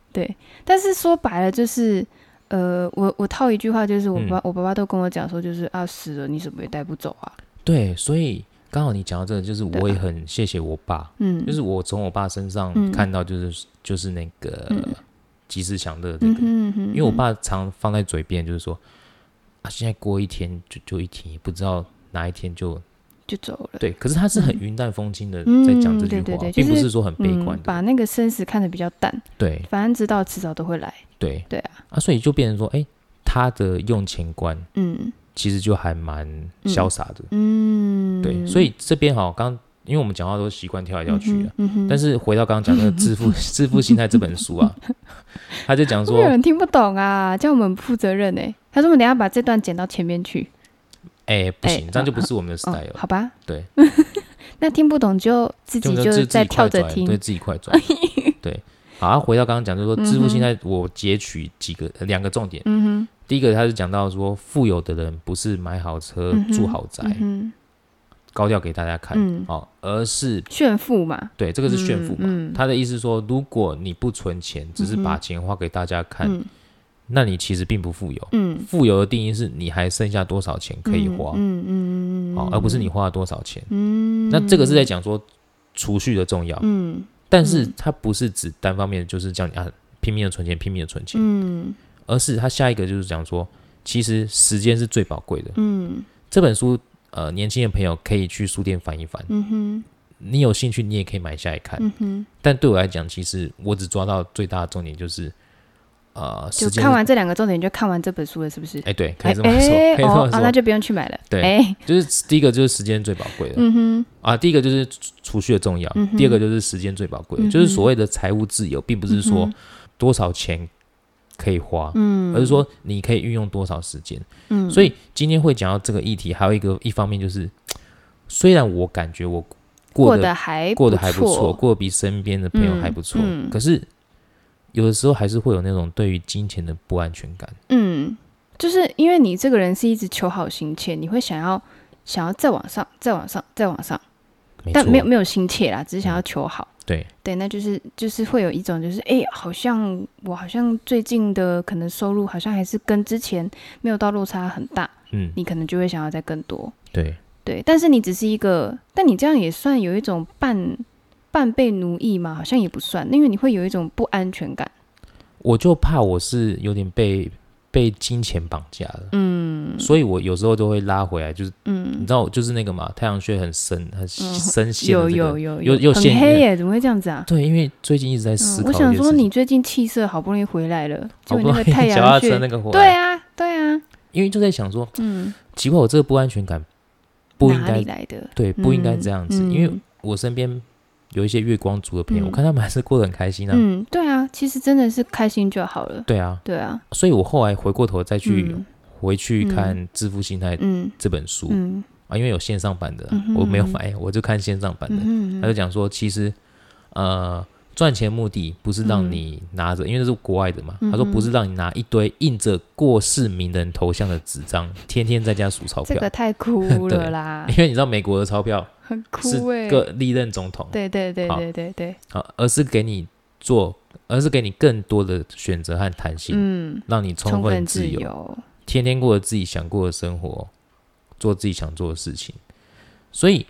Speaker 2: 但是说白了就是，呃，我我套一句话就是，我爸、我爸爸都跟我讲说，就是啊死了你什么也带不走啊，
Speaker 1: 对，所以刚好你讲到这个，就是
Speaker 2: 对啊
Speaker 1: 我也很谢谢我爸，
Speaker 2: 嗯，
Speaker 1: 就是我从我爸身上
Speaker 2: 嗯
Speaker 1: 看到，就是、就是那个、
Speaker 2: 嗯
Speaker 1: 及时享乐这个，
Speaker 2: 嗯哼嗯哼，
Speaker 1: 因为我爸常放在嘴边，就是说啊，现在过一天就就一天，也不知道哪一天就
Speaker 2: 就走了，
Speaker 1: 对。可是他是很
Speaker 2: 嗯
Speaker 1: 云淡风轻的
Speaker 2: 嗯
Speaker 1: 在讲这句话，
Speaker 2: 对对对
Speaker 1: 并不
Speaker 2: 就是
Speaker 1: 是说很悲
Speaker 2: 嗯
Speaker 1: 观，的。
Speaker 2: 把那个生死看得比较淡，
Speaker 1: 对
Speaker 2: 反正知道迟早都会来，
Speaker 1: 对
Speaker 2: 对
Speaker 1: 啊所以就变成说，哎、他的用钱观
Speaker 2: 嗯
Speaker 1: 其实就还蛮潇洒的。
Speaker 2: 嗯，
Speaker 1: 对，所以这边哈，刚因为我们讲话都习惯跳来跳去的、
Speaker 2: 嗯哼，
Speaker 1: 但
Speaker 2: 是
Speaker 1: 是回到刚刚讲那个《致 富致富心态》这本书啊， 他就讲
Speaker 2: 会不会
Speaker 1: 说
Speaker 2: 有，人听不懂啊？叫我们负责任哎、他说我们等一下把这段剪到前面去，
Speaker 1: 哎、不
Speaker 2: 哎
Speaker 1: 行、这样就不是我们的
Speaker 2: 哦
Speaker 1: style，、，
Speaker 2: 好吧？
Speaker 1: 对，
Speaker 2: 那听不懂就自己
Speaker 1: 就
Speaker 2: 就是
Speaker 1: 自
Speaker 2: 在
Speaker 1: 己
Speaker 2: 跳
Speaker 1: 快
Speaker 2: 着
Speaker 1: 转，
Speaker 2: 听，
Speaker 1: 对自己快转， 对。好，啊回到刚刚讲，就是说致富心态，我截取几个呃两、个重点。
Speaker 2: 嗯
Speaker 1: 第一个，他是讲到说，富有的人不是买好车、
Speaker 2: 嗯哼
Speaker 1: 住豪宅
Speaker 2: 哼，、嗯
Speaker 1: 高调给大家看，
Speaker 2: 嗯
Speaker 1: 哦，而是
Speaker 2: 哼，炫富嘛，
Speaker 1: 对这个是炫富嘛。
Speaker 2: 嗯嗯
Speaker 1: 他的意思是说，如果你不存钱，只是
Speaker 2: 嗯哼
Speaker 1: 把钱花给大家看，
Speaker 2: 嗯
Speaker 1: 那你其实并不富有。
Speaker 2: 嗯，
Speaker 1: 富有的定义是你还剩下多少钱可以花，哦
Speaker 2: 嗯嗯嗯嗯，
Speaker 1: 好、而不是你花了多少钱。
Speaker 2: 嗯，
Speaker 1: 那这个是在讲说储蓄的重要，
Speaker 2: 嗯
Speaker 1: 但是
Speaker 2: 嗯
Speaker 1: 它不是只单方面就是叫你啊拼命的存钱，拼命的存钱，
Speaker 2: 嗯
Speaker 1: 而是它下一个就是讲说，其实时间是最宝贵的。
Speaker 2: 嗯
Speaker 1: 这本书，呃，年轻的朋友可以去书店翻一翻，
Speaker 2: 嗯哼
Speaker 1: 你有兴趣你也可以买下来看。
Speaker 2: 嗯哼，
Speaker 1: 但对我来讲，其实我只抓到最大的重点就是，呃，时
Speaker 2: 就
Speaker 1: 间是。
Speaker 2: 看完这两个重点，你就看完这本书了，是不是？
Speaker 1: 哎，对，可以这么
Speaker 2: 哎
Speaker 1: 说，
Speaker 2: 哎
Speaker 1: 可以这
Speaker 2: 哦
Speaker 1: 么
Speaker 2: 啊，
Speaker 1: 说，
Speaker 2: 那就不用去买了。
Speaker 1: 对
Speaker 2: 哎，
Speaker 1: 就是第一个就是时间最宝贵的、
Speaker 2: 嗯哼，
Speaker 1: 啊，第一个就是储储蓄的重要，
Speaker 2: 嗯哼
Speaker 1: 第二个就是时间最宝贵的，
Speaker 2: 嗯哼
Speaker 1: 就是所谓的财务自由，并不是说
Speaker 2: 嗯哼
Speaker 1: 多少钱可以花，
Speaker 2: 嗯，
Speaker 1: 而是说你可以运用多少时间。
Speaker 2: 嗯，
Speaker 1: 所以今天会讲到这个议题，还有一个一方面就是，虽然我感觉我过
Speaker 2: 过
Speaker 1: 得
Speaker 2: 得还
Speaker 1: 过得还不错，
Speaker 2: 错，
Speaker 1: 过得比身边的朋友还不错，
Speaker 2: 嗯嗯
Speaker 1: 可是有的时候还是会有那种对于金钱的不安全感。
Speaker 2: 嗯，就是因为你这个人是一直求好心切，你会想要想要再往上，再往上，再往上，
Speaker 1: 没错，嗯
Speaker 2: 但没有没有心切啦，只是想要求好。
Speaker 1: 对
Speaker 2: 对，那就是就是会有一种就是哎、诶好像我好像最近的可能收入好像还是跟之前没有到落差很大，
Speaker 1: 嗯，
Speaker 2: 你可能就会想要再更多。
Speaker 1: 对，
Speaker 2: 对，但是你只是一个，但你这样也算有一种半半被奴役吗？好像也不算，因为你会有一种不安全感。
Speaker 1: 我就怕我是有点被被金钱绑架了。
Speaker 2: 嗯
Speaker 1: 所以我有时候都会拉回来，就是你
Speaker 2: 嗯，
Speaker 1: 知道，就是那个嘛，太阳穴很深，很深陷、
Speaker 2: 有
Speaker 1: 的这
Speaker 2: 有
Speaker 1: 个。
Speaker 2: 有
Speaker 1: 有有
Speaker 2: 很
Speaker 1: 限
Speaker 2: 黑耶，怎么会这样子啊？
Speaker 1: 对，因为最近一直在思
Speaker 2: 嗯、
Speaker 1: 考、
Speaker 2: 我想说，你，最近气色好不容易回来了，结
Speaker 1: 好不
Speaker 2: 果那
Speaker 1: 容
Speaker 2: 个
Speaker 1: 易
Speaker 2: 太
Speaker 1: 脚踏
Speaker 2: 阳
Speaker 1: 车
Speaker 2: 穴，
Speaker 1: 那个回
Speaker 2: 对
Speaker 1: 来，
Speaker 2: 啊，对啊，
Speaker 1: 因为就在想说，
Speaker 2: 嗯，
Speaker 1: 奇怪，我这个不安全感不应
Speaker 2: 哪
Speaker 1: 该
Speaker 2: 里，来的？
Speaker 1: 对，不应该
Speaker 2: 嗯
Speaker 1: 这样子，因为
Speaker 2: 嗯
Speaker 1: 我身边有一些月光族的朋友，
Speaker 2: 嗯
Speaker 1: 我看他们还是过得很开心啊。
Speaker 2: 嗯，对啊，其实真的是开心就好了。
Speaker 1: 对啊，
Speaker 2: 对啊，
Speaker 1: 所以我后来回过头再去、
Speaker 2: 嗯
Speaker 1: 回去看《致富心态》
Speaker 2: 嗯
Speaker 1: 这本书、
Speaker 2: 嗯
Speaker 1: 啊，因为有线上版的啊、
Speaker 2: 嗯哼
Speaker 1: 我没有
Speaker 2: 嗯哼
Speaker 1: 买，我就看线上版的。
Speaker 2: 嗯
Speaker 1: 他就讲说，其实呃，赚钱目的不是让你拿着，因为这是国外的嘛。他说
Speaker 2: 嗯嗯哼
Speaker 1: 不是让你拿一堆印着过世名人头像的纸张，天天在家数钞
Speaker 2: 这
Speaker 1: 票。
Speaker 2: 个太酷
Speaker 1: 对
Speaker 2: 了啦
Speaker 1: 因，为你知道美国的钞票
Speaker 2: 很
Speaker 1: 是
Speaker 2: 酷哎、
Speaker 1: 各历任总统，
Speaker 2: 对对对
Speaker 1: 好
Speaker 2: 对对对，
Speaker 1: 好，而是给你做，而是给你更多的选择和弹性，
Speaker 2: 嗯，
Speaker 1: 让你充
Speaker 2: 充分
Speaker 1: 分
Speaker 2: 自
Speaker 1: 自由，
Speaker 2: 由，
Speaker 1: 天天过着自己想过的生活，做自己想做的事情。所以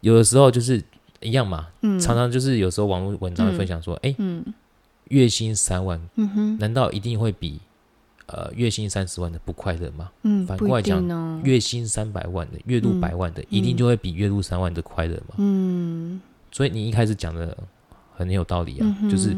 Speaker 1: 有的时候就是一样嘛，
Speaker 2: 嗯，
Speaker 1: 常常就是有时候网络文章会分享说，哎、
Speaker 2: 嗯
Speaker 1: 月薪三万，
Speaker 2: 嗯哼，
Speaker 1: 难道一定会比呃月薪三十万的不快乐吗？
Speaker 2: 嗯，
Speaker 1: 反
Speaker 2: 不
Speaker 1: 过来
Speaker 2: 一
Speaker 1: 讲
Speaker 2: 定哦，
Speaker 1: 月薪三百万的，月入
Speaker 2: 嗯
Speaker 1: 百万的，一定
Speaker 2: 嗯
Speaker 1: 就会比月入三万的快乐嘛？
Speaker 2: 嗯
Speaker 1: 所以你一开始讲的很有道理啊，
Speaker 2: 嗯哼，
Speaker 1: 就是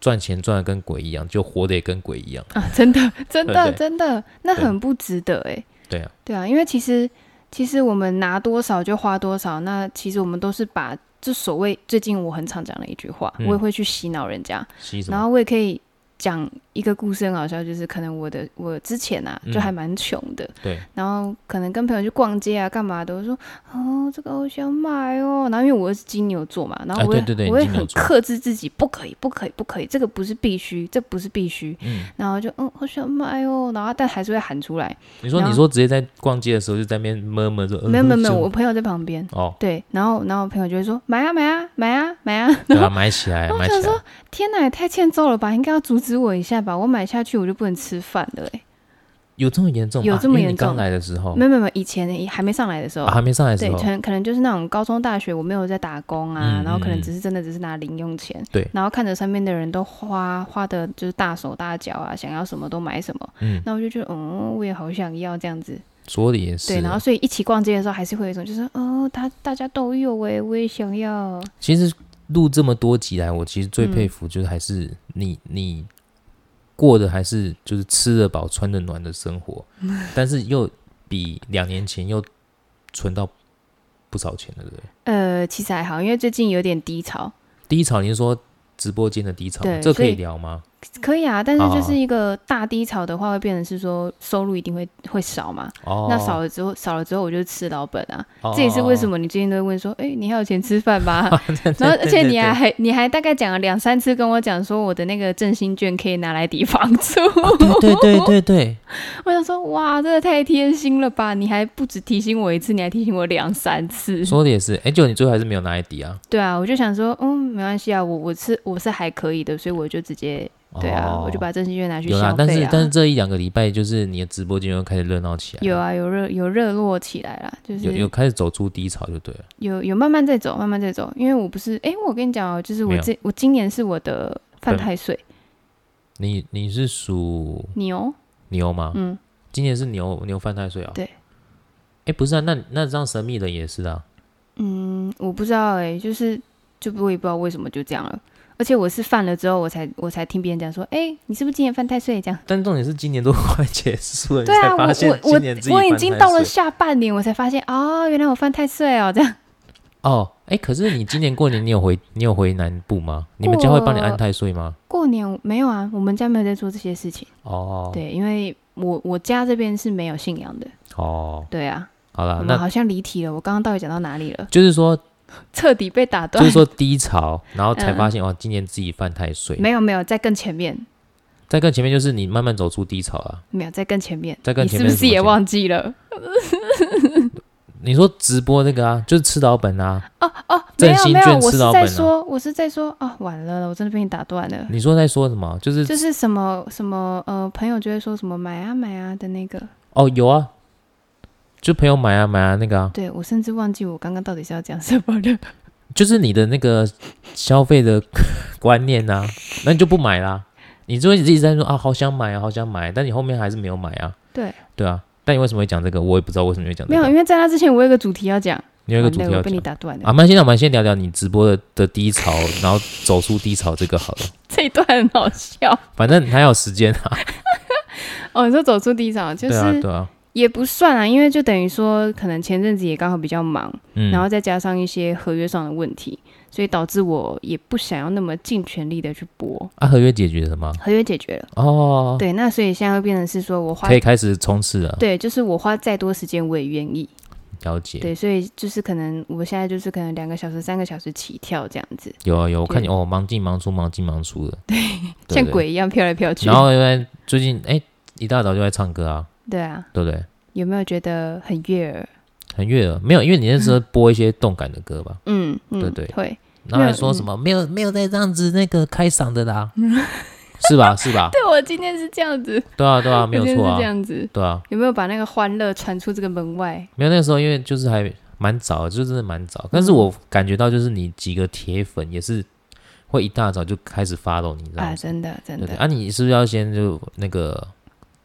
Speaker 1: 赚钱赚的跟鬼一样，就活得也跟鬼一样。
Speaker 2: 啊，真的，真
Speaker 1: 对
Speaker 2: 的，
Speaker 1: 不对
Speaker 2: 真的，那
Speaker 1: 对
Speaker 2: 很不值得哎、
Speaker 1: 对啊，
Speaker 2: 对啊，因为其实其实我们拿多少就花多少，那其实我们都是把这所谓最近我很常讲的一句话，
Speaker 1: 嗯
Speaker 2: 我也会去洗脑人家，
Speaker 1: 吸什
Speaker 2: 然
Speaker 1: 么？
Speaker 2: 后我也可以讲一个故事，很好笑，就是可能我的我之前啊
Speaker 1: 嗯
Speaker 2: 就还蛮穷的，
Speaker 1: 对，
Speaker 2: 然后可能跟朋友去逛街啊干嘛的，我说哦这个我想买哦，然后因为我是金牛座嘛，然后
Speaker 1: 啊
Speaker 2: 我会、
Speaker 1: 对对对
Speaker 2: 我会
Speaker 1: 你金牛
Speaker 2: 很
Speaker 1: 座
Speaker 2: 克制自己，不可以不可以不可以，这个不是必须，这不是必须，
Speaker 1: 嗯，
Speaker 2: 然后就嗯，我想买哦，然后但还是会喊出来。
Speaker 1: 你说
Speaker 2: 然后
Speaker 1: 你说直接在逛街的时候就在那边摸摸说，呃
Speaker 2: 没有没有没有，
Speaker 1: 就
Speaker 2: 我朋友在旁边。
Speaker 1: 哦，
Speaker 2: 对，然后然后我朋友就会说买啊买啊买啊 买啊，
Speaker 1: 对啊，买起来，
Speaker 2: 我
Speaker 1: 买
Speaker 2: 想
Speaker 1: 起来，
Speaker 2: 天哪，也太欠揍了吧！应该要阻止我一下吧，我买下去我就不能吃饭了哎、
Speaker 1: 有这么严重吗？
Speaker 2: 有这么
Speaker 1: 因为
Speaker 2: 严
Speaker 1: 你刚
Speaker 2: 重
Speaker 1: 来的时候
Speaker 2: 没，有没有没有，以前还没上来的时候，
Speaker 1: 啊，还没上来的
Speaker 2: 对，
Speaker 1: 时
Speaker 2: 可
Speaker 1: 候，
Speaker 2: 能可能就是那种高中大学我没有在打工啊，
Speaker 1: 嗯
Speaker 2: 然后可
Speaker 1: 嗯
Speaker 2: 能只是真的只是拿零用钱，
Speaker 1: 对
Speaker 2: 然后看着身边的人都花花的就是大手大脚啊，想要什么都买什么，
Speaker 1: 嗯，
Speaker 2: 那我就觉得嗯，我也好想要这样子，
Speaker 1: 说的也是
Speaker 2: 对，然后
Speaker 1: 啊。
Speaker 2: 所以一起逛街的时候，还是会有一种就是哦，他大家都有哎、我也想要。
Speaker 1: 其实录这么多集来，我其实最
Speaker 2: 嗯
Speaker 1: 佩服就是还是你你过的还是就是吃得饱穿得暖的生活，但是又比两年前又存到不少钱了，对不对？
Speaker 2: 呃，其实还好，因为最近有点低潮，
Speaker 1: 低潮，你是说直播间的低潮吗，
Speaker 2: 对
Speaker 1: 这可
Speaker 2: 所
Speaker 1: 以
Speaker 2: 以
Speaker 1: 聊吗？
Speaker 2: 可以啊，但是就
Speaker 1: 哦
Speaker 2: 是一个大低潮的话，会变成是说收入一定会会少嘛。
Speaker 1: 哦，
Speaker 2: 那少了之后，少了之后我就吃老本啊。
Speaker 1: 哦，
Speaker 2: 这也是为什
Speaker 1: 么
Speaker 2: 么你最近都会问说，哎、你还有钱吃饭吗？ 然后而且你还还你还大概讲了两三次跟我讲说，我的那个振兴券可以拿来抵房租。
Speaker 1: 对对对对，
Speaker 2: 我想说，哇，这个太贴心了吧！你还不止提醒我一次，你还提醒我两三次。
Speaker 1: 说的也是。哎，就你最后还是没有拿来抵啊？
Speaker 2: 对啊，我就想说，嗯，没关系啊，我我是我是还可以的，所以我就直接对啊，
Speaker 1: 哦
Speaker 2: 我就把振兴券拿去
Speaker 1: 有啦
Speaker 2: 消，
Speaker 1: 但
Speaker 2: 费
Speaker 1: 是
Speaker 2: 啊。
Speaker 1: 但是这一两个礼拜，就是你的直播间又开始热闹起来了，
Speaker 2: 有啊，有热有热络起来啦，就是
Speaker 1: 有有开始走出低潮就对了。
Speaker 2: 有有慢慢在走，慢慢在走。因为我不是，哎、我跟你讲哦，就是
Speaker 1: 没
Speaker 2: 我
Speaker 1: 有
Speaker 2: 这我今年是我的犯
Speaker 1: 对
Speaker 2: 太岁哦
Speaker 1: 你你是属
Speaker 2: 牛，
Speaker 1: 牛吗？
Speaker 2: 嗯，
Speaker 1: 今年是牛牛犯太岁啊？
Speaker 2: 对。
Speaker 1: 哎，不是啊，那那这样神秘人也是啊。
Speaker 2: 嗯，我不知道哎、就是就我也不知道为什么就这样了。而且我是犯了之后，我才我才听别人讲说，哎、你是不是今年犯太岁？这样
Speaker 1: 但重点是今年都 快结束了，你
Speaker 2: 对啊，
Speaker 1: 才
Speaker 2: 我
Speaker 1: 发现
Speaker 2: 我
Speaker 1: 今年自己
Speaker 2: 我我已
Speaker 1: 犯
Speaker 2: 经
Speaker 1: 太
Speaker 2: 到了
Speaker 1: 岁
Speaker 2: 下半年，我才发现哦，原来我犯太岁哦，这样。
Speaker 1: 哦。哎，可是你今年过年你有回你有回南部吗？你们家会帮你安
Speaker 2: 过
Speaker 1: 太岁吗？
Speaker 2: 过年没有啊，我们家没有在做这些事情。
Speaker 1: 哦，
Speaker 2: 对，因为我我家这边是没有信仰的。
Speaker 1: 哦，
Speaker 2: 对啊，
Speaker 1: 好啦
Speaker 2: 我，们
Speaker 1: 那
Speaker 2: 好像离题了。我刚刚到底讲到哪里了？
Speaker 1: 就是 说，
Speaker 2: 彻底被打
Speaker 1: 就
Speaker 2: 断。
Speaker 1: 是说低潮，然后才
Speaker 2: 嗯
Speaker 1: 发现哦，今年自己犯太岁。
Speaker 2: 没有没有，在更前面，
Speaker 1: 再更前面就是你慢慢走出低潮啊。
Speaker 2: 没有在更前面。
Speaker 1: 在更前面
Speaker 2: 你是
Speaker 1: 是什
Speaker 2: 不
Speaker 1: 么
Speaker 2: 是也
Speaker 1: 前
Speaker 2: 忘记了？
Speaker 1: 你说直播那个啊，就是吃老本啊。
Speaker 2: 哦哦，没
Speaker 1: 振
Speaker 2: 有
Speaker 1: 兴
Speaker 2: 没有，
Speaker 1: 券吃
Speaker 2: 我是
Speaker 1: 老
Speaker 2: 在
Speaker 1: 本啊
Speaker 2: 说，我是在说，哦，完了，我真的被你打断了。
Speaker 1: 你说在说什么？就是
Speaker 2: 就是什么什么呃，朋友就会说什么买啊买啊的那个，
Speaker 1: 哦，有啊，就朋友买啊买啊那个啊，
Speaker 2: 对我甚至忘记我刚刚到底是要讲什么了。
Speaker 1: 就是你的那个消费的 观念啊，那你就不买啦。你就会一直在说啊，好想买啊，好想买，但你后面还是没有买啊。
Speaker 2: 对，
Speaker 1: 对啊，但你为什么会讲这个？我也不知道为什么会讲
Speaker 2: 没
Speaker 1: 这
Speaker 2: 有，
Speaker 1: 个。
Speaker 2: 因为在那之前我有一个主题要讲，
Speaker 1: 你有一个主
Speaker 2: 完
Speaker 1: 题
Speaker 2: 了
Speaker 1: 要
Speaker 2: 我被
Speaker 1: 讲
Speaker 2: 你打断了。
Speaker 1: 啊，那现在我们先聊聊你直播的的低潮，然后走出低潮这个好了。
Speaker 2: 这一段很好笑
Speaker 1: 反正你还有时间啊，
Speaker 2: 哦。你说走出低潮， 就
Speaker 1: 对啊，
Speaker 2: 是
Speaker 1: 对啊，
Speaker 2: 也不算啊，因为就等于说，可能前阵子也刚好比较忙，
Speaker 1: 嗯，
Speaker 2: 然后再加上一些合约上的问题，所以导致我也不想要那么尽全力的去播。
Speaker 1: 啊，合约解决了吗？
Speaker 2: 合约解决了，
Speaker 1: 哦，
Speaker 2: 对，那所以现在会变成是说我花
Speaker 1: 可以开始冲刺了。
Speaker 2: 对，就是我花再多时间我也愿意。
Speaker 1: 了解，
Speaker 2: 对，所以就是可能我现在就是可能两个小时、三个小时起跳这样子，
Speaker 1: 有啊有，我看你
Speaker 2: 对
Speaker 1: 哦，忙进忙出，忙进忙出的， 对
Speaker 2: 像
Speaker 1: 不对。
Speaker 2: 鬼一样飘来飘去。
Speaker 1: 然后因为最近哎，一大早就在唱歌啊，
Speaker 2: 对啊，
Speaker 1: 对不对？
Speaker 2: 有没有觉得很悦耳？嗯
Speaker 1: 很悦耳，没有，因为你那时候播一些动感的歌吧，
Speaker 2: 嗯嗯，
Speaker 1: 对对
Speaker 2: 会。
Speaker 1: 然后还说什么没有没有再这样子那个开嗓的 啦，是吧是吧？
Speaker 2: 对我今天是这样子，
Speaker 1: 对啊对啊，没有
Speaker 2: 我今天
Speaker 1: 错
Speaker 2: 是
Speaker 1: 啊
Speaker 2: 这，样子。
Speaker 1: 对啊，
Speaker 2: 有没有把那个欢乐传出这个门外？
Speaker 1: 没有那个时候因为就是还蛮早的，就真的蛮早，
Speaker 2: 嗯
Speaker 1: 但是我感觉到就是你几个铁粉也是会一大早就开始 follow 你，你知道吗
Speaker 2: 啊，？真的真
Speaker 1: 对对
Speaker 2: 的，
Speaker 1: 啊，你是不是要先就那个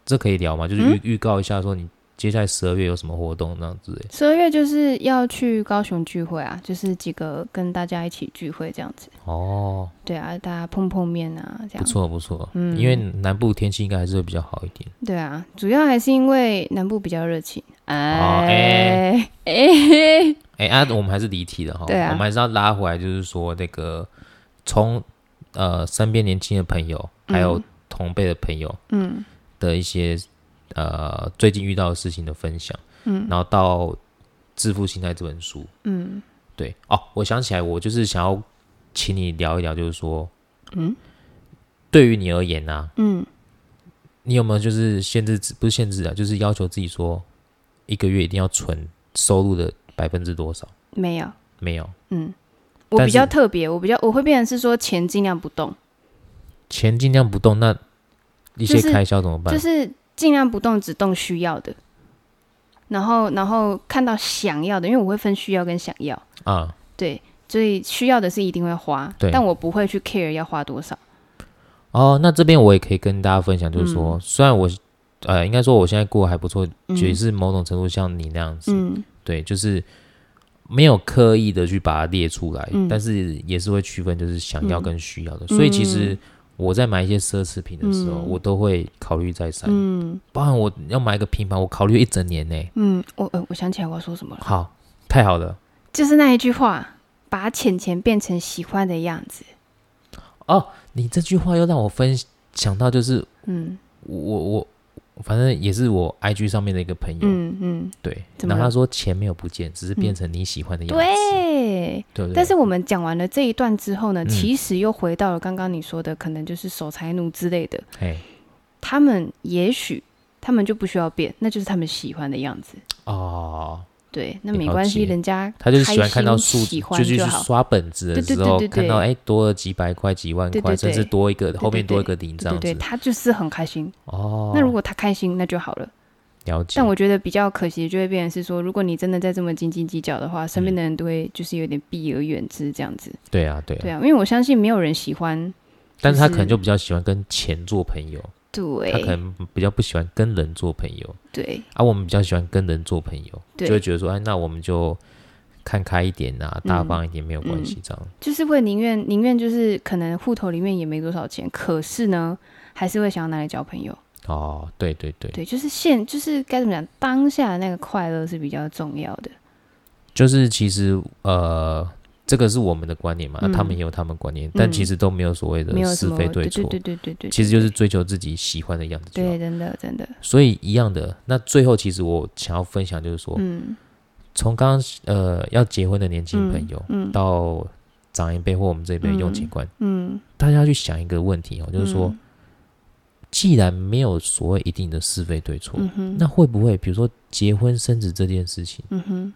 Speaker 1: 这可以聊吗？就是预、
Speaker 2: 嗯
Speaker 1: 预告一下说你接下来十二月有什么活动那样子。欸
Speaker 2: 十二月就是要去高雄聚会啊，就是几个跟大家一起聚会这样子。
Speaker 1: 哦，
Speaker 2: 对啊，大家碰碰面啊，这
Speaker 1: 不
Speaker 2: 样。
Speaker 1: 错不错，
Speaker 2: 嗯
Speaker 1: 因为南部天气应该还是会比较好一点。
Speaker 2: 对啊，主要还是因为南部比较热情。哎
Speaker 1: 哦哎
Speaker 2: 哎
Speaker 1: 哎、
Speaker 2: 嘿，
Speaker 1: 啊，我们还是离题了哈，
Speaker 2: 对啊
Speaker 1: 我们还是要拉回来，就是说那个从呃身边年轻的朋友，还有
Speaker 2: 嗯
Speaker 1: 同辈的朋友
Speaker 2: 嗯
Speaker 1: 的一些、呃最近遇到的事情的分享，
Speaker 2: 嗯
Speaker 1: 然后到《致富心态》这本书，
Speaker 2: 嗯
Speaker 1: 对哦，我想起来，我就是想要请你聊一聊，就是说，
Speaker 2: 嗯，
Speaker 1: 对于你而言啊，
Speaker 2: 嗯，
Speaker 1: 你有没有就是限制自不是限制啊，就是要求自己说，一个月一定要存收入的百分之多少？
Speaker 2: 没有，
Speaker 1: 没有，
Speaker 2: 嗯，我
Speaker 1: 但
Speaker 2: 比较
Speaker 1: 是
Speaker 2: 特别，我比较我会变成是说钱尽量不动，
Speaker 1: 钱尽量不动，那一些
Speaker 2: 就是
Speaker 1: 开销怎么办？
Speaker 2: 就是尽量不动，只动需要的。然后，然后看到想要的，因为我会分需要跟想要，
Speaker 1: 啊，
Speaker 2: 对，所以需要的是一定会花，
Speaker 1: 对
Speaker 2: 但我不会去 care 要花多少。
Speaker 1: 哦，那这边我也可以跟大家分享，就是说，
Speaker 2: 嗯
Speaker 1: 虽然我呃，应该说我现在过得还不错，
Speaker 2: 嗯
Speaker 1: 也是某种程度像你那样子，
Speaker 2: 嗯
Speaker 1: 对，就是没有刻意的去把它列出来，
Speaker 2: 嗯
Speaker 1: 但是也是会区分就是想要跟需要的。所以其实我在买一些奢侈品的时候，
Speaker 2: 嗯
Speaker 1: 我都会考虑再三，
Speaker 2: 嗯
Speaker 1: 包含我要买一个平板，我考虑一整年呢。
Speaker 2: 嗯，我呃，我想起来我要说什么了，
Speaker 1: 好，太好了
Speaker 2: 就是那一句话，把钱钱变成喜欢的样子。
Speaker 1: 哦！你这句话又让我分想到，就是
Speaker 2: 嗯
Speaker 1: 我我我反正也是我 IG 上面的一个朋友，
Speaker 2: 嗯嗯，
Speaker 1: 对，
Speaker 2: 怎么
Speaker 1: 然后
Speaker 2: 了嗯
Speaker 1: 他说钱没有不见，只是变成你喜欢的样子，
Speaker 2: 对。
Speaker 1: 对不对？
Speaker 2: 但是我们讲完了这一段之后呢，
Speaker 1: 嗯
Speaker 2: 其实又回到了刚刚你说的，可能就是守财奴之类的。
Speaker 1: 哎
Speaker 2: 他们也许他们就不需要变，那就是他们喜欢的样子。
Speaker 1: 哦。
Speaker 2: 对，那
Speaker 1: 了
Speaker 2: 没关系，
Speaker 1: 解
Speaker 2: 人家
Speaker 1: 他就是喜欢
Speaker 2: 开心
Speaker 1: 看到数字，
Speaker 2: 喜欢
Speaker 1: 就去
Speaker 2: 就好。
Speaker 1: 刷本子的时候，
Speaker 2: 对对对对对
Speaker 1: 看到哎多了几百块、几万
Speaker 2: 对
Speaker 1: 块，
Speaker 2: 对
Speaker 1: 甚
Speaker 2: 对
Speaker 1: 至多一个
Speaker 2: 对
Speaker 1: 后面多一个零这
Speaker 2: 对
Speaker 1: 样
Speaker 2: 对
Speaker 1: 子。
Speaker 2: 对，他就是很开心。
Speaker 1: 哦，
Speaker 2: 那如果他开心，那就好了。
Speaker 1: 了解，
Speaker 2: 但我觉得比较可惜，就会变成是说，如果你真的在这么斤斤计较的话，身边的人都会就是有点避而远之这样子。
Speaker 1: 对啊对啊，
Speaker 2: 对啊，因为我相信没有人喜欢。
Speaker 1: 但是他
Speaker 2: 就
Speaker 1: 可
Speaker 2: 是
Speaker 1: 能就比较喜欢跟钱做朋友，他可
Speaker 2: 对
Speaker 1: 能比较不喜欢跟人做朋友，
Speaker 2: 对
Speaker 1: 啊，我们比较喜欢跟人做朋友，就
Speaker 2: 对
Speaker 1: 会觉得说哎，那我们就看开一点啊，
Speaker 2: 嗯
Speaker 1: 大方一点没有关系这样。
Speaker 2: 就是会宁愿宁愿就是可能户头里面也没多少钱，可是呢，还是会想要拿来交朋友。
Speaker 1: 哦，对对对，
Speaker 2: 对，就是现就是该怎么讲，当下的那个快乐是比较重要的。
Speaker 1: 就是其实呃。这个是我们的观念嘛，那
Speaker 2: 嗯
Speaker 1: 他们也有他们观念，但
Speaker 2: 嗯
Speaker 1: 其实都没有所谓的
Speaker 2: 没有什
Speaker 1: 呃是
Speaker 2: 么
Speaker 1: 非对
Speaker 2: 对
Speaker 1: 错，
Speaker 2: 对对对对，
Speaker 1: 其实就是追求自己喜欢的样子就好。
Speaker 2: 对，真的真的，
Speaker 1: 所以一样的，那最后其实我想要分享就是说，
Speaker 2: 嗯
Speaker 1: 从刚刚呃要结婚的年轻朋友、
Speaker 2: 嗯
Speaker 1: 到长一辈或我们这一辈
Speaker 2: 嗯
Speaker 1: 用钱观，
Speaker 2: 嗯，
Speaker 1: 大家去想一个问题哦，就是说，
Speaker 2: 嗯
Speaker 1: 既然没有所谓一定的是非对错，
Speaker 2: 嗯哼，
Speaker 1: 那会不会比如说结婚生子这件事情，
Speaker 2: 嗯哼，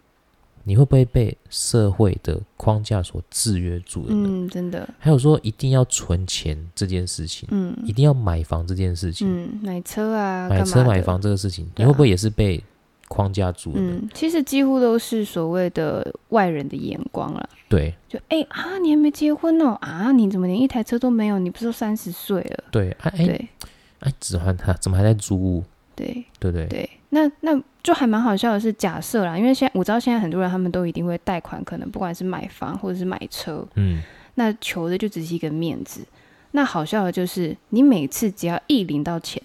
Speaker 1: 你会不会被社会的框架所制约住了呢？
Speaker 2: 嗯，真的，
Speaker 1: 还有说一定要存钱这件事情，一
Speaker 2: 嗯
Speaker 1: 定要买房这件事情，
Speaker 2: 嗯，买车啊，
Speaker 1: 买
Speaker 2: 干
Speaker 1: 车
Speaker 2: 嘛
Speaker 1: 买
Speaker 2: 的，
Speaker 1: 房这个事情，你
Speaker 2: 对啊
Speaker 1: 会不会也是被框架住了呢？
Speaker 2: 嗯，其实几乎都是所谓的外人的眼光啦。
Speaker 1: 对
Speaker 2: 就哎、啊，你还没结婚哦啊，你怎么连一台车都没有？你不是都三十岁了？
Speaker 1: 对，哎哎
Speaker 2: 对
Speaker 1: 哎，怎么还他怎么还在租屋？
Speaker 2: 对
Speaker 1: 对不对？
Speaker 2: 对，那那就还蛮好笑的是假设啦，因为现在我知道现在很多人他们都一定会贷款，可能不管是买房或者是买车，
Speaker 1: 嗯，
Speaker 2: 那求的就只是一个面子。那好笑的就是，你每次只要一领到钱，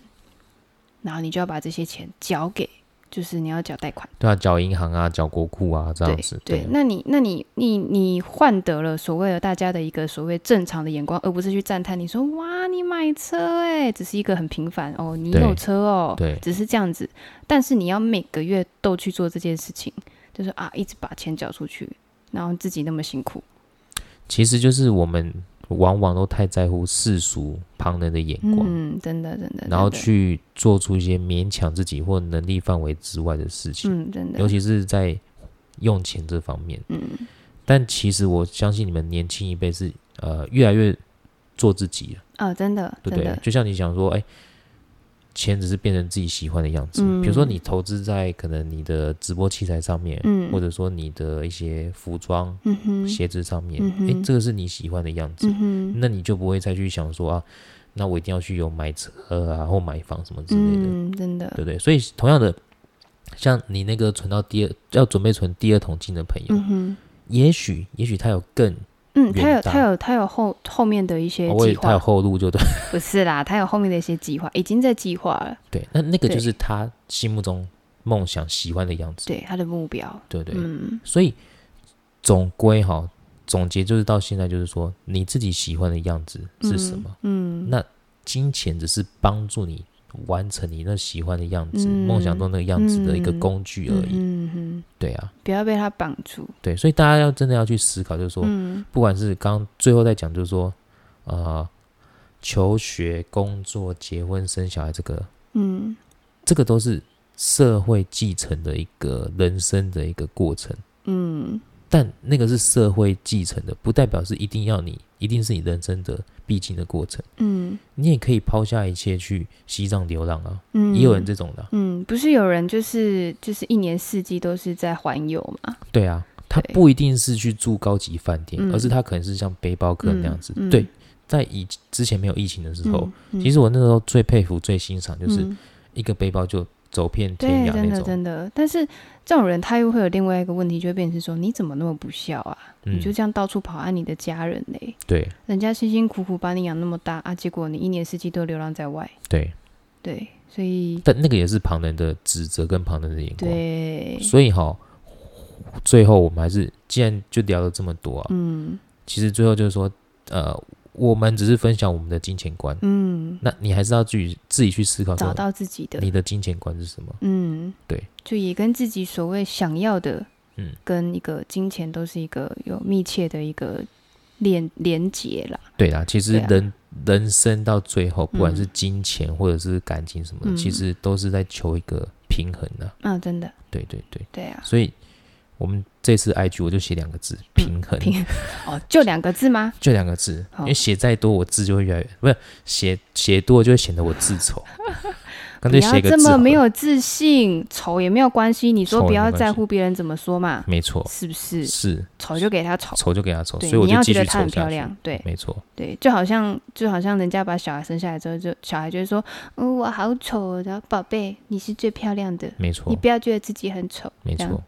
Speaker 2: 然后你就要把这些钱交给，就是你要缴贷款。
Speaker 1: 对啊，缴银行啊，缴国库啊，这样子。
Speaker 2: 对，那你那你你你换得了所谓的大家的一个所谓正常的眼光，而不是去赞叹你说哇你买车哎、只是一个很平凡哦，你
Speaker 1: 对
Speaker 2: 有车哦，
Speaker 1: 对
Speaker 2: 只是这样子。但是你要每个月都去做这件事情，就是啊一直把钱缴出去，然后自己那么辛苦，
Speaker 1: 其实就是我们往往都太在乎世俗旁人的眼光，
Speaker 2: 嗯，真的真的，
Speaker 1: 然后
Speaker 2: 真的
Speaker 1: 去做出一些勉强自己或能力范围之外的事情，
Speaker 2: 嗯真的，
Speaker 1: 尤其是在用钱这方面。
Speaker 2: 嗯
Speaker 1: 但其实我相信你们年轻一辈是呃越来越做自己了，
Speaker 2: 啊、真的，
Speaker 1: 对
Speaker 2: 真
Speaker 1: 不对
Speaker 2: 的？，
Speaker 1: 就像你想说，哎、钱只是变成自己喜欢的样子。
Speaker 2: 嗯
Speaker 1: 比如说你投资在可能你的直播器材上面，
Speaker 2: 嗯
Speaker 1: 或者说你的一些服装、
Speaker 2: 嗯哼，
Speaker 1: 鞋子上面，
Speaker 2: 嗯
Speaker 1: 哎、
Speaker 2: 哼
Speaker 1: 这个是你喜欢的样子，
Speaker 2: 嗯哼，
Speaker 1: 那你就不会再去想说啊，那我一定要去有买车啊或买房什么之类的。
Speaker 2: 嗯，真的，
Speaker 1: 对不对？所以同样的，像你那个存到第二要准备存第二桶金的朋友，
Speaker 2: 嗯哼，
Speaker 1: 也许也许他有更，
Speaker 2: 嗯，他
Speaker 1: 远
Speaker 2: 有
Speaker 1: 大哦
Speaker 2: 他有他有后后面的一些
Speaker 1: 我也
Speaker 2: 计
Speaker 1: 他有
Speaker 2: 划，
Speaker 1: 后路就对
Speaker 2: 不是啦，他有后面的一些计划，已经在计划了，
Speaker 1: 对。那那个
Speaker 2: 对
Speaker 1: 就是他心目中梦想喜欢的样子，
Speaker 2: 对他的目标，
Speaker 1: 对不对？
Speaker 2: 嗯
Speaker 1: 所以总归哈，总结就是到现在就是说，你自己喜欢的样子是什么？
Speaker 2: 嗯
Speaker 1: 那金钱只是帮助你完成你那喜欢的样子、梦想
Speaker 2: 嗯
Speaker 1: 中那个样子的一个
Speaker 2: 嗯
Speaker 1: 工具而
Speaker 2: 嗯
Speaker 1: 已，
Speaker 2: 嗯哼，
Speaker 1: 对啊，
Speaker 2: 不要被他绑住，
Speaker 1: 对。所以大家要真的要去思考，就是说。
Speaker 2: 嗯
Speaker 1: 不管是刚最后再讲，就是说，呃，求学、工作、结婚、生小孩，这个
Speaker 2: 嗯，
Speaker 1: 这个都是社会继承的一个人生的一个过程。
Speaker 2: 嗯，
Speaker 1: 但那个是社会继承的，不代表是一定要你，一定是你人生的必经的过程。
Speaker 2: 嗯
Speaker 1: 你也可以抛下一切去西藏流浪啊，
Speaker 2: 嗯，
Speaker 1: 也有人这种的啊、
Speaker 2: 嗯，不是有人就是就是一年四季都是在环游嘛？
Speaker 1: 对啊，他
Speaker 2: 对
Speaker 1: 不一定是去住高级饭店，
Speaker 2: 嗯
Speaker 1: 而是他可能是像背包客那样子。
Speaker 2: 嗯嗯
Speaker 1: 对，在以之前没有疫情的时候，
Speaker 2: 嗯，
Speaker 1: 其实我那时候最佩服、最欣赏，就是
Speaker 2: 嗯
Speaker 1: 一个背包就走遍天
Speaker 2: 对，
Speaker 1: 涯
Speaker 2: 真
Speaker 1: 那
Speaker 2: 的
Speaker 1: 种。
Speaker 2: 真的，但是这种人他又会有另外一个问题，就会变成说你怎么那么不孝啊？你就
Speaker 1: 嗯，
Speaker 2: 这样到处跑啊，你的家人嘞，
Speaker 1: 对
Speaker 2: 人家辛辛苦苦把你养那么大啊，结果你一年四季都流浪在外，
Speaker 1: 对，
Speaker 2: 对，所以
Speaker 1: 但那个也是旁人的指责跟旁人的眼光。
Speaker 2: 对，
Speaker 1: 所以哈，最后我们还是既然就聊了这么多啊，
Speaker 2: 嗯
Speaker 1: 其实最后就是说，呃，我们只是分享我们的金钱观，
Speaker 2: 嗯，
Speaker 1: 那你还是要自己自己去思考，
Speaker 2: 找
Speaker 1: 说
Speaker 2: 到自己的，
Speaker 1: 你的金钱观是什么。
Speaker 2: 嗯，
Speaker 1: 对，
Speaker 2: 就也跟自己所谓想要的，
Speaker 1: 嗯，
Speaker 2: 跟一个金钱都是一个有密切的一个连连结啦。
Speaker 1: 对啦，其实
Speaker 2: 对啊
Speaker 1: 人、人生到最后，不管
Speaker 2: 嗯
Speaker 1: 是金钱或者是感情什么的，
Speaker 2: 嗯
Speaker 1: 其实都是在求一个平衡的、
Speaker 2: 啊，真的，
Speaker 1: 对对对。
Speaker 2: 对啊，
Speaker 1: 所以我们这次 IG 我就写两个字，平衡，
Speaker 2: 平哦，就两个字吗？
Speaker 1: 就两个字，
Speaker 2: 好
Speaker 1: 因为写再多我字就会越来越，不是写写多就会显得我字 丑，干脆
Speaker 2: 不要
Speaker 1: 写个
Speaker 2: 这
Speaker 1: 字好
Speaker 2: 么
Speaker 1: 了
Speaker 2: 没，有自信，丑也没有关系。你说
Speaker 1: 丑也
Speaker 2: 不要
Speaker 1: 没关系
Speaker 2: 在乎别人怎么说嘛，
Speaker 1: 没错，
Speaker 2: 是不是？
Speaker 1: 是
Speaker 2: 丑就给他丑，
Speaker 1: 丑就给他丑，所
Speaker 2: 对，
Speaker 1: 以我
Speaker 2: 你
Speaker 1: 就
Speaker 2: 要
Speaker 1: 继
Speaker 2: 觉得
Speaker 1: 续
Speaker 2: 她
Speaker 1: 丑
Speaker 2: 很漂
Speaker 1: 下去，
Speaker 2: 亮，对
Speaker 1: 没错，
Speaker 2: 对，就好像就好像人家把小孩生下来之后，就小孩就会说，嗯，我好丑哦，然后宝贝，你是最漂亮的，
Speaker 1: 没
Speaker 2: 你
Speaker 1: 错，
Speaker 2: 不要觉得自己很丑，
Speaker 1: 没
Speaker 2: 这样
Speaker 1: 错。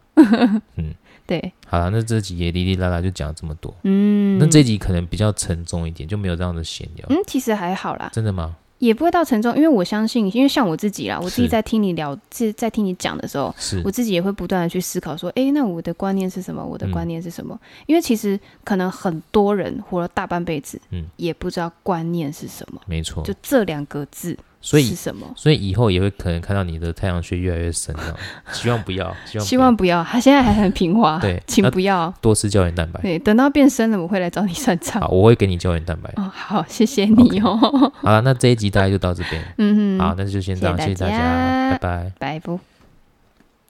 Speaker 2: 对，
Speaker 1: 好了，那这集也哩哩啦啦就讲这么多，
Speaker 2: 嗯，
Speaker 1: 那这集可能比较沉重一点，就没有这样的闲聊，
Speaker 2: 嗯，其实还好啦，
Speaker 1: 真的吗？
Speaker 2: 也不会到沉重，因为我相信，因为像我自己啦，我自己
Speaker 1: 是
Speaker 2: 在听你聊，自在听你讲的时候，
Speaker 1: 是
Speaker 2: 我自己也会不断的去思考，说，诶，那我的观念是什么？我的
Speaker 1: 嗯
Speaker 2: 观念是什么？因为其实可能很多人活了大半辈子，
Speaker 1: 嗯
Speaker 2: 也不知道观念是什么，
Speaker 1: 没错
Speaker 2: 就，这两个字
Speaker 1: 所
Speaker 2: 是
Speaker 1: 以
Speaker 2: 什么？
Speaker 1: 所以以后也会可能看到你的太阳穴越来越深， 这样希望不要，希望不
Speaker 2: 希
Speaker 1: 要
Speaker 2: 望不要，他现在还很平滑，
Speaker 1: 对
Speaker 2: 请
Speaker 1: 那
Speaker 2: 不要，
Speaker 1: 多吃胶原蛋白。
Speaker 2: 对，等到变深了，我会来找你算账
Speaker 1: 好，。我会给你胶原蛋白。
Speaker 2: 哦，好，谢谢你哦
Speaker 1: 好了，那这一集大概就到这边。
Speaker 2: 嗯哼，
Speaker 1: 好，，那就先这样，
Speaker 2: 谢
Speaker 1: 谢
Speaker 2: 谢
Speaker 1: 谢
Speaker 2: 大
Speaker 1: 大
Speaker 2: 家
Speaker 1: 家，拜拜。
Speaker 2: 拜不。